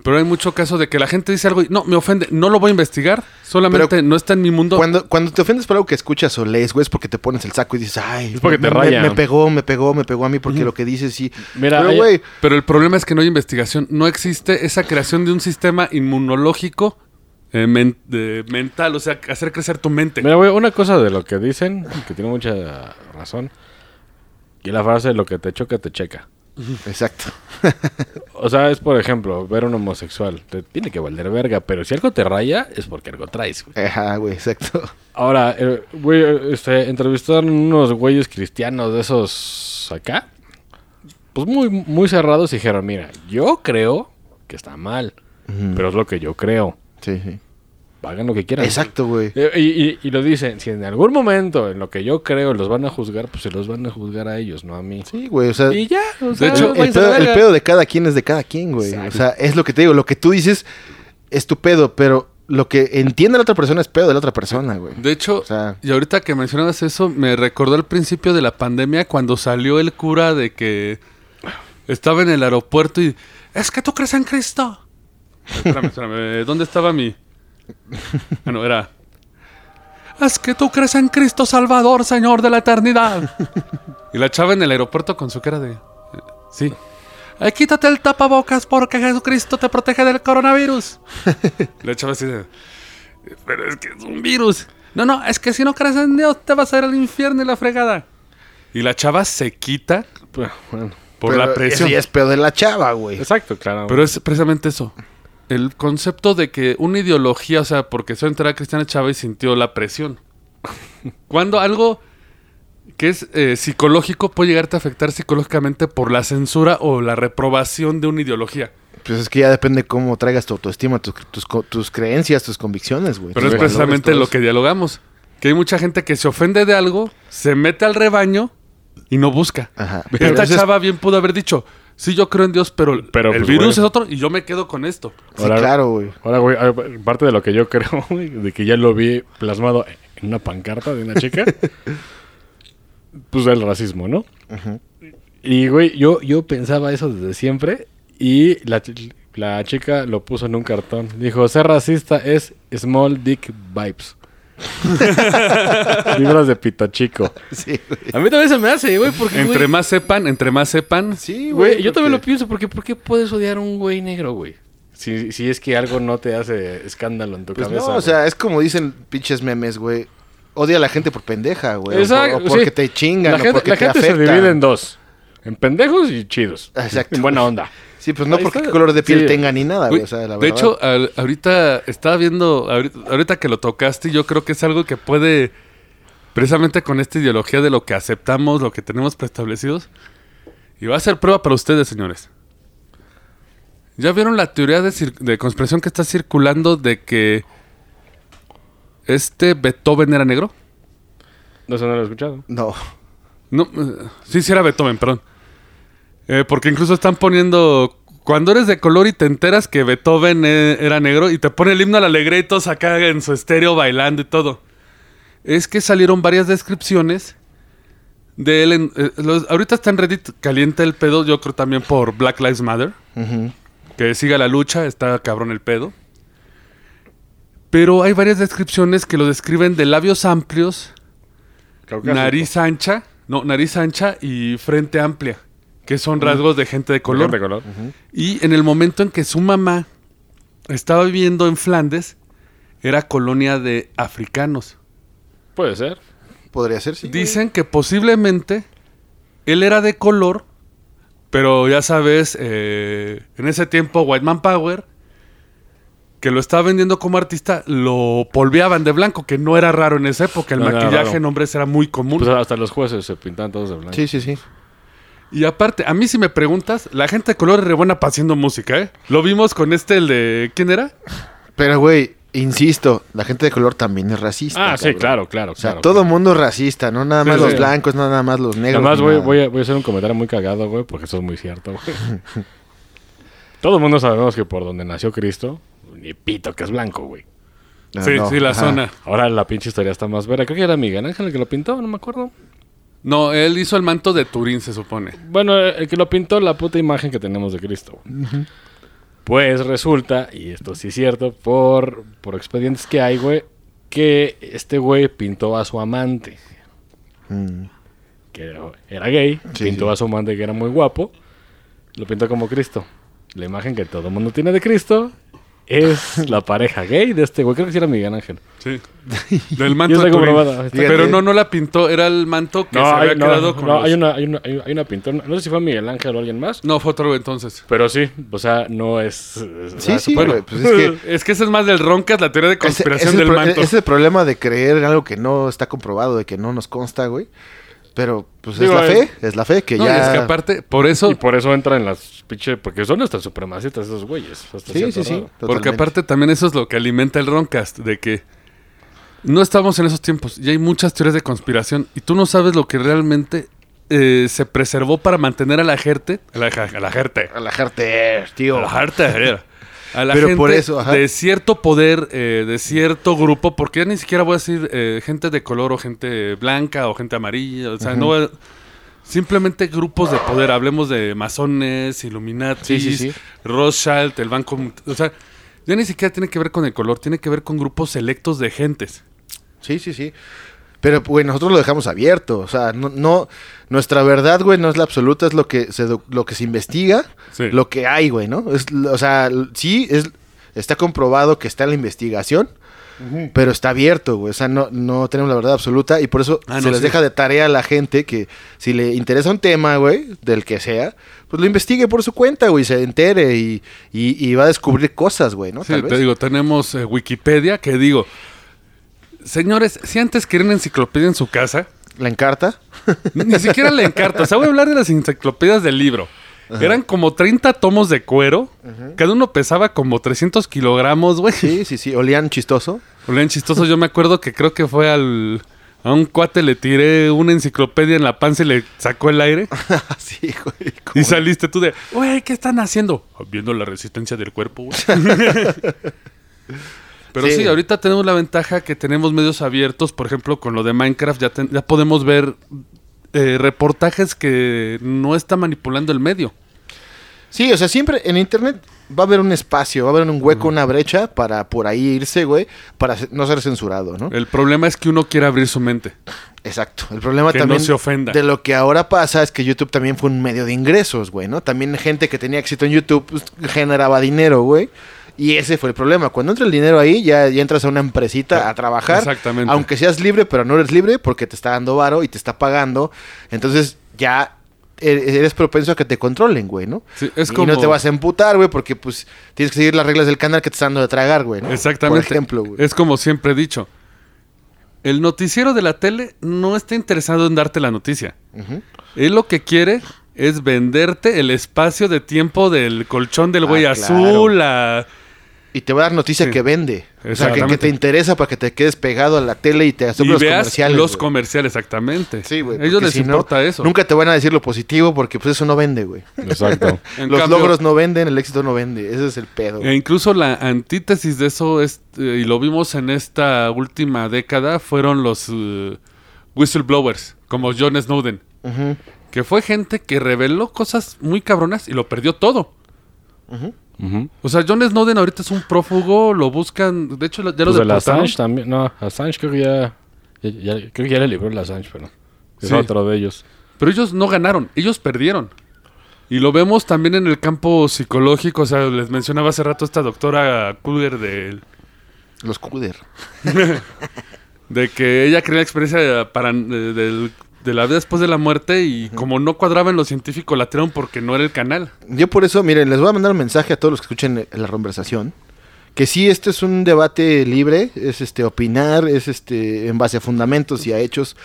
C: Pero hay mucho caso de que la gente dice algo y no, me ofende, no lo voy a investigar, solamente
A: Pero-
C: no está en mi mundo.
A: Cuando, cuando te ofendes por algo que escuchas o lees, güey, es porque te pones el saco y dices, ay,
B: Es porque
A: me,
B: te
A: me-
B: rayan.
A: me pegó, me pegó, me pegó a mí porque lo que dices sí.
B: Mira,
A: pero,
B: hay-
A: güey,
C: Pero el problema es que no hay investigación. No existe esa creación de un sistema inmunológico eh, men- de- mental, o sea, hacer crecer tu mente.
B: Mira, güey, una cosa de lo que dicen, que tiene mucha razón, y la frase lo que te choca, te checa.
A: exacto.
B: O sea, es por ejemplo, ver a un homosexual, te tiene que valer verga, pero si algo te raya, es porque algo traes, güey.
A: Ajá, güey, exacto.
B: Ahora, eh, güey, eh, este, entrevistaron unos güeyes cristianos de esos acá, pues muy, muy cerrados y dijeron, mira, yo creo que está mal, pero es lo que yo creo.
A: Sí, sí.
B: Hagan lo que quieran.
A: Exacto, güey.
B: Eh, Y, y- y lo dicen, si en algún momento en lo que yo creo los van a juzgar, pues se los van a juzgar a ellos, no a mí.
A: Sí, güey, o sea...
B: Y ya, o sea,
C: sea, hecho,
A: el, pedo, el pedo de cada quien es de cada quien, güey. O sea, es lo que te digo. Lo que tú dices es tu pedo, pero lo que entiende la otra persona es pedo de la otra persona, güey.
C: De hecho,
A: O sea-
C: y ahorita que mencionabas eso, me recordó al principio de la pandemia cuando salió el cura de que estaba en el aeropuerto y es que tú crees en Cristo. Espérame, espérame, eh, ¿dónde estaba mi? Bueno, era es que tú crees en Cristo Salvador, Señor de la eternidad. Y la chava en el aeropuerto con su cara de eh, sí. "Ay, quítate el tapabocas porque Jesucristo te protege del coronavirus. La chava así de, pero es que es un virus. No, no, es que si no crees en Dios te vas a ir al infierno y la fregada. Y la chava se quita
B: Pues,
C: por
A: Pero
C: la presión.
A: Eso ya es pedo de la chava, güey.
B: Exacto, claro.
C: Pero es precisamente eso. El concepto de que una ideología, o sea, porque su entrada Cristiana Chávez sintió la presión. Cuando algo que es eh, psicológico puede llegarte a afectar psicológicamente por la censura o la reprobación de una ideología.
A: Pues es que ya depende cómo traigas tu autoestima, tus, tus, co- tus creencias, tus convicciones, güey.
C: Pero
A: Tus
C: es
A: valores,
C: precisamente
A: todo
C: lo
A: eso.
C: que dialogamos. Que hay mucha gente que se ofende de algo, se mete al rebaño y no busca.
A: Ajá.
C: Esta
A: Pero eso es-
C: chava bien pudo haber dicho, sí, yo creo en Dios, pero,
B: Pero,
C: el
B: pues,
C: virus
B: bueno.
C: es otro y yo me quedo con esto.
A: Sí,
B: Ahora-
A: claro, güey.
B: Ahora, güey, a ver, parte de lo que yo creo, güey, de que ya lo vi plasmado en una pancarta de una chica, pues el racismo, ¿no? Y, güey, yo, yo pensaba eso desde siempre y la, ch- la chica lo puso en un cartón. Dijo, ser racista es small dick vibes. Libras de pito chico.
A: Sí, güey.
D: A mí también se me hace, güey, porque.
C: Entre
D: güey,
C: más sepan, entre más sepan,
A: Sí,
D: güey, yo
A: porque-
D: también lo pienso, porque ¿por qué puedes odiar a un güey negro, güey?
B: Si, si es que algo no te hace escándalo en tu
A: Pues
B: cabeza.
A: no, o
B: güey.
A: sea, es como dicen pinches memes, güey. Odia a la gente por pendeja, güey. o
B: Exacto,
A: por- O porque
B: sí.
A: te chingan,
B: La
A: o
B: gente,
A: porque
B: la
A: te
B: gente se
A: afectan.
B: divide en dos. En pendejos y chidos.
A: Exacto.
B: En buena onda.
A: Sí, pues no
B: Ahí
A: porque
B: está.
A: qué color de piel
B: Sí.
A: tenga ni nada, güey.
C: Güey,
A: O sea, la
C: de
A: verdad.
C: hecho, al- ahorita estaba viendo, ahorita, ahorita que lo tocaste, yo creo que es algo que puede, precisamente con esta ideología de lo que aceptamos, lo que tenemos preestablecidos, y va a ser prueba para ustedes, señores. ¿Ya vieron la teoría de, cir- de conspiración que está circulando de que este Beethoven era negro?
B: No se no lo he escuchado.
A: No.
C: No, eh, sí, sí era Beethoven, perdón. Eh, porque incluso están poniendo. Cuando eres de color y te enteras que Beethoven eh, era negro y te pone el himno a la alegría y todos acá en su estéreo bailando y todo. Es que salieron varias descripciones de él. en- eh, los- ahorita está en Reddit caliente el pedo, yo creo también por Black Lives Matter. Que siga la lucha, está cabrón el pedo. Pero hay varias descripciones que lo describen de labios amplios,
B: Caucásico.
C: nariz ancha, no, nariz ancha y frente amplia, que son rasgos de gente de color.
B: Mm. De color.
C: Y en el momento en que su mamá estaba viviendo en Flandes, era colonia de africanos.
B: Puede ser.
A: Podría ser, sí.
C: Dicen que posiblemente él era de color, pero ya sabes, eh, en ese tiempo White Man Power, que lo estaba vendiendo como artista, lo polveaban de blanco, que no era raro en esa época. El
B: No era
C: maquillaje
B: raro.
C: en hombres era muy común.
B: Pues hasta los jueces se pintan todos de blanco.
A: Sí, sí, sí.
C: Y aparte, a mí si me preguntas, la gente de color es re buena para haciendo música, ¿eh? Lo vimos con este, el de... ¿Quién era?
A: Pero, güey, insisto, la gente de color también es racista.
B: Ah, sí,
A: cabrón.
B: claro, claro.
A: O sea, todo mundo es racista, no nada
B: Sí,
A: más
B: sí.
A: los blancos, no nada más los negros.
B: Además,
A: ni
B: voy,
A: nada.
B: voy a, voy a hacer un comentario muy cagado, güey, porque eso es muy cierto, güey. Todo el mundo sabemos que por donde nació Cristo, ni pito que es blanco, güey.
A: No,
C: sí,
A: Ah, no,
C: sí, la
A: ajá.
C: zona.
B: Ahora la pinche historia está más vera. Creo que era Miguel Ángel el que lo pintó, no me acuerdo.
C: No, él hizo el manto de Turín, se supone.
B: Bueno, el que lo pintó la puta imagen que tenemos de Cristo. güey. Pues resulta, y esto sí es cierto, por, por expedientes que hay, güey, que este güey pintó a su amante,
A: Mm.
B: que era- era gay,
A: Sí,
B: pintó
A: sí.
B: a su amante que era muy guapo, lo pintó como Cristo. La imagen que todo el mundo tiene de Cristo es la pareja gay de este güey. Creo que sí era Miguel Ángel.
C: Sí. Del
B: Yo
C: manto
B: sé
C: de
B: cómo
C: Turín.
B: lo van a-
C: Pero no, no la pintó, era el manto que se había
B: no,
C: quedado con
B: no,
C: los-
B: hay, una, hay, una, hay una pintora, no sé si fue Miguel Ángel o alguien más,
C: No, fue otro entonces.
B: pero sí, o sea, no es...
A: Sí, sí,
C: Bueno,
A: güey, pues es que...
C: es que ese es más del Roncas, la teoría de
A: Ese, ese
C: conspiración
A: es el
C: del
A: pro- e-
C: manto.
A: ese es el problema de creer en algo que no está comprobado, de que no nos consta, güey. Pero, pues,
B: Digo,
A: es la
B: eh,
A: fe, es la fe, que
C: No, y
A: ya...
C: es que aparte, por eso,
B: Y por eso entran en las pinche. Porque son hasta supremacistas esos güeyes. hasta
A: Sí, sí,
B: cierto
A: sí.
B: grado.
C: porque
A: totalmente.
C: aparte también eso es lo que alimenta el Roncast, de que no estamos en esos tiempos y hay muchas teorías de conspiración y tú no sabes lo que realmente eh, se preservó para mantener a la gente, a la, ja- a la gente,
A: A la Harter, tío.
C: a la gente, a la
A: Pero
C: gente
A: por eso, ajá.
C: de cierto poder, eh, de cierto grupo, porque ya ni siquiera voy a decir eh, gente de color o gente blanca o gente amarilla, o sea, no voy a- Simplemente grupos de poder, hablemos de masones, Illuminati,
A: Sí, sí, sí.
C: Rothschild, el Banco... Mut- O sea, ya ni siquiera tiene que ver con el color, tiene que ver con grupos selectos de gentes.
A: Sí, sí, sí. Pero, güey, nosotros lo dejamos abierto. O sea, no, no- nuestra verdad, güey, no es la absoluta, es lo que se, do- lo que se investiga,
C: Sí.
A: lo que hay, güey, ¿no? Es, l- o sea, l- sí, es, está comprobado que está en la investigación, pero está abierto, güey. O sea, no, no tenemos la verdad absoluta y por eso
C: Ah,
A: se
C: no,
A: les
C: sí.
A: deja de tarea a la gente que si le interesa un tema, güey, del que sea, pues lo investigue por su cuenta, güey, se entere y, y- y va a descubrir cosas, güey, ¿no?
C: Sí,
A: Ah, Tal
C: te
A: vez.
C: digo, tenemos eh, Wikipedia que digo, señores, si antes querían enciclopedia en su casa,
A: La encarta.
C: Ni siquiera la encarta. O sea, voy a hablar de las enciclopedias del libro. Eran como 30 tomos de cuero. Cada uno pesaba como 300 kilogramos, güey.
A: Sí, sí, sí. Olían chistoso.
C: Bien chistoso. Yo me acuerdo que creo que fue al... A un cuate le tiré una enciclopedia en la panza y le sacó el aire.
A: sí, güey.
C: Y saliste tú de, güey, ¿qué están haciendo? Viendo la resistencia del cuerpo, güey. Pero sí.
A: Sí.
C: ahorita tenemos la ventaja que tenemos medios abiertos. Por ejemplo, con lo de Minecraft ya, ten- ya podemos ver eh, reportajes que no está manipulando el medio.
A: Sí, o sea, siempre en internet va a haber un espacio, va a haber un hueco, una brecha para por ahí irse, güey, para se- no ser censurado, ¿no?
C: El problema es que uno quiere abrir su mente.
A: Exacto. El problema
C: Que no
A: también
C: se ofenda.
A: de lo que ahora pasa es que YouTube también fue un medio de ingresos, güey, ¿no? También gente que tenía éxito en YouTube pues, generaba dinero, güey. Y ese fue el problema. Cuando entra el dinero ahí, ya, ya entras a una empresita a trabajar.
C: Exactamente.
A: Aunque seas libre, pero no eres libre porque te está dando varo y te está pagando. Entonces ya e- eres propenso a que te controlen, güey, ¿no?
C: Sí, es
A: Y no
C: como-
A: te vas a emputar, güey, porque pues tienes que seguir las reglas del canal que te están dando de tragar, güey. ¿no?
C: Exactamente.
A: Por ejemplo, güey.
C: Es como siempre he dicho. El noticiero de la tele no está interesado en darte la noticia.
A: Ujú.
C: Él lo que quiere es venderte el espacio de tiempo del colchón del
A: Ah,
C: güey
A: claro.
C: azul, la,
A: Y te va a dar noticia que vende. O sea, que- que,
C: Exactamente.
A: te interesa para que te quedes pegado a la tele y te
C: Y
A: asombres los
C: veas
A: comerciales.
C: los
A: güey.
C: comerciales, exactamente.
A: Sí, güey.
C: Ellos
A: porque
C: les
A: si no,
C: importa eso.
A: Nunca te van a decir lo positivo porque pues eso no vende, güey.
B: Exacto.
C: En
A: los
C: cambio-
A: logros no venden, el éxito no vende. Ese es el pedo.
C: E incluso la antítesis de eso, es, eh, y lo vimos en esta última década, fueron los eh, whistleblowers, como John Snowden,
A: Ujú.
C: que fue gente que reveló cosas muy cabronas y lo perdió todo.
B: Ujú.
C: O sea, John Snowden ahorita es un prófugo, lo buscan, de hecho ya lo
B: Pues el
C: deportaron.
B: Assange también. No, Assange creo que ya, ya- ya- creo que ya le libró el Assange, pero es
C: Sí.
B: otro de ellos.
C: Pero ellos no ganaron, ellos perdieron. Y lo vemos también en el campo psicológico, o sea, les mencionaba hace rato esta doctora Kruger del
A: Los cuder.
C: De que ella creía la experiencia para, de, del- de la vida después de la muerte y como no cuadraba en lo científico, la tiraron porque no era el canal.
A: Yo por eso, miren, les voy a mandar un mensaje a todos los que escuchen la conversación. Que sí, este es un debate libre, es este opinar, es este en base a fundamentos y a hechos.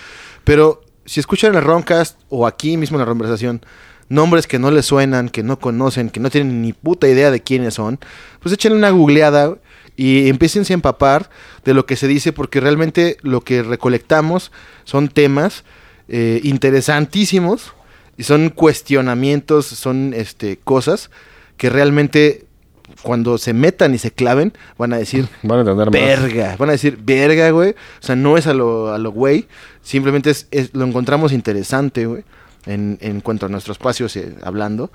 A: Pero si escuchan el Roncast o aquí mismo en la conversación, nombres que no les suenan, que no conocen, que no tienen ni puta idea de quiénes son, pues échenle una googleada y empiecen a empapar de lo que se dice, porque realmente lo que recolectamos son temas eh, interesantísimos y son cuestionamientos, son este cosas que realmente cuando se metan y se claven van a decir
B: Van a entender más.
A: verga, van a decir verga, güey. O sea, no es a lo, a lo güey, simplemente es, es- lo encontramos interesante, güey, en, en cuanto a nuestro espacio eh, hablando.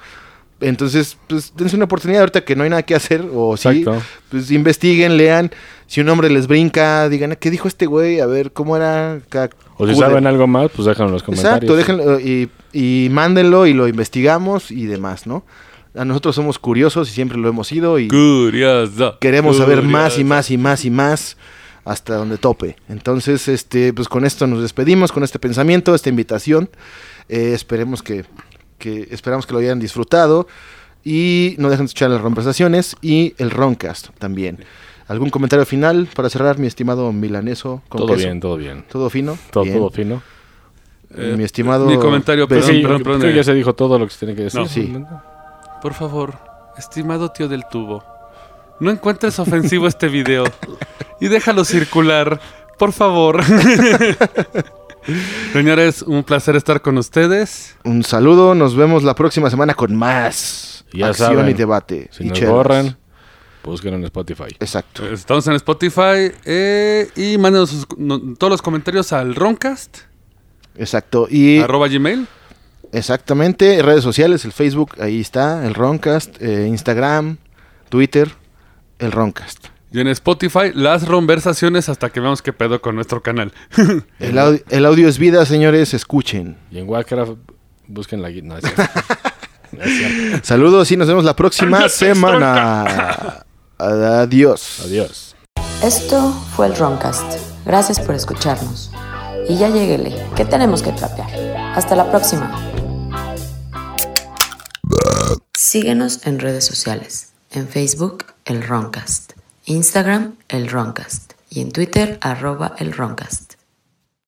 A: Entonces, pues dense una oportunidad ahorita que no hay nada que hacer o sí,
B: Exacto.
A: pues investiguen, lean, si un hombre les brinca, digan, "¿Ah, ¿qué dijo este güey? A ver, ¿cómo era? Ca-
B: O si
A: cude?"
B: saben algo más, pues déjenlo en los comentarios.
A: Exacto, déjenlo eh, y, y mándenlo y lo investigamos y demás, ¿no? A nosotros somos curiosos y siempre lo hemos sido y
C: Curioso.
A: queremos saber
C: curioso.
A: más y más y más y más hasta donde tope. Entonces, este, pues con esto nos despedimos, con este pensamiento, esta invitación. Eh, esperemos que, que- esperamos que lo hayan disfrutado y no dejen de escuchar las conversaciones y el Roncast también. ¿Algún comentario final para cerrar, mi estimado milaneso? con
B: Todo
A: queso?
B: bien, todo bien.
A: ¿Todo fino?
B: Todo,
A: Bien.
B: todo fino.
C: Eh,
A: mi estimado...
C: mi comentario,
A: Verón.
B: Pues
C: Perdón,
B: Sí,
C: perdón, perdón,
B: creo que
C: eh.
B: ya se dijo todo lo que se tiene que decir.
C: No.
A: Sí.
C: Por favor, estimado tío del tubo, no encuentres ofensivo este video y déjalo circular, por favor. Señores, un placer estar con ustedes.
A: Un saludo, nos vemos la próxima semana con más
B: Ya
A: acción
B: saben,
A: y debate.
B: Si
A: y
B: nos
A: chelas.
B: borran, busquen en Spotify.
A: Exacto.
C: Estamos en Spotify eh, y mándenos sus- no- todos los comentarios al Roncast,
A: Exacto. Y
C: arroba Gmail.
A: exactamente, redes sociales, el Facebook, ahí está, el Roncast, eh, Instagram, Twitter, el Roncast.
C: Y en Spotify, las conversaciones hasta que veamos qué pedo con nuestro canal.
A: El, au- el audio es vida, señores, escuchen.
B: Y en Warcraft, busquen la guía. No, es cierto. No es cierto.
A: Saludos y nos vemos la próxima semana. Adiós.
B: Adiós.
F: Esto fue el Roncast. Gracias por escucharnos. Y ya lleguele, que tenemos que trapear. Hasta la próxima. Síguenos en redes sociales. En Facebook, el Roncast. Instagram, el Roncast. Y en Twitter, arroba el Roncast.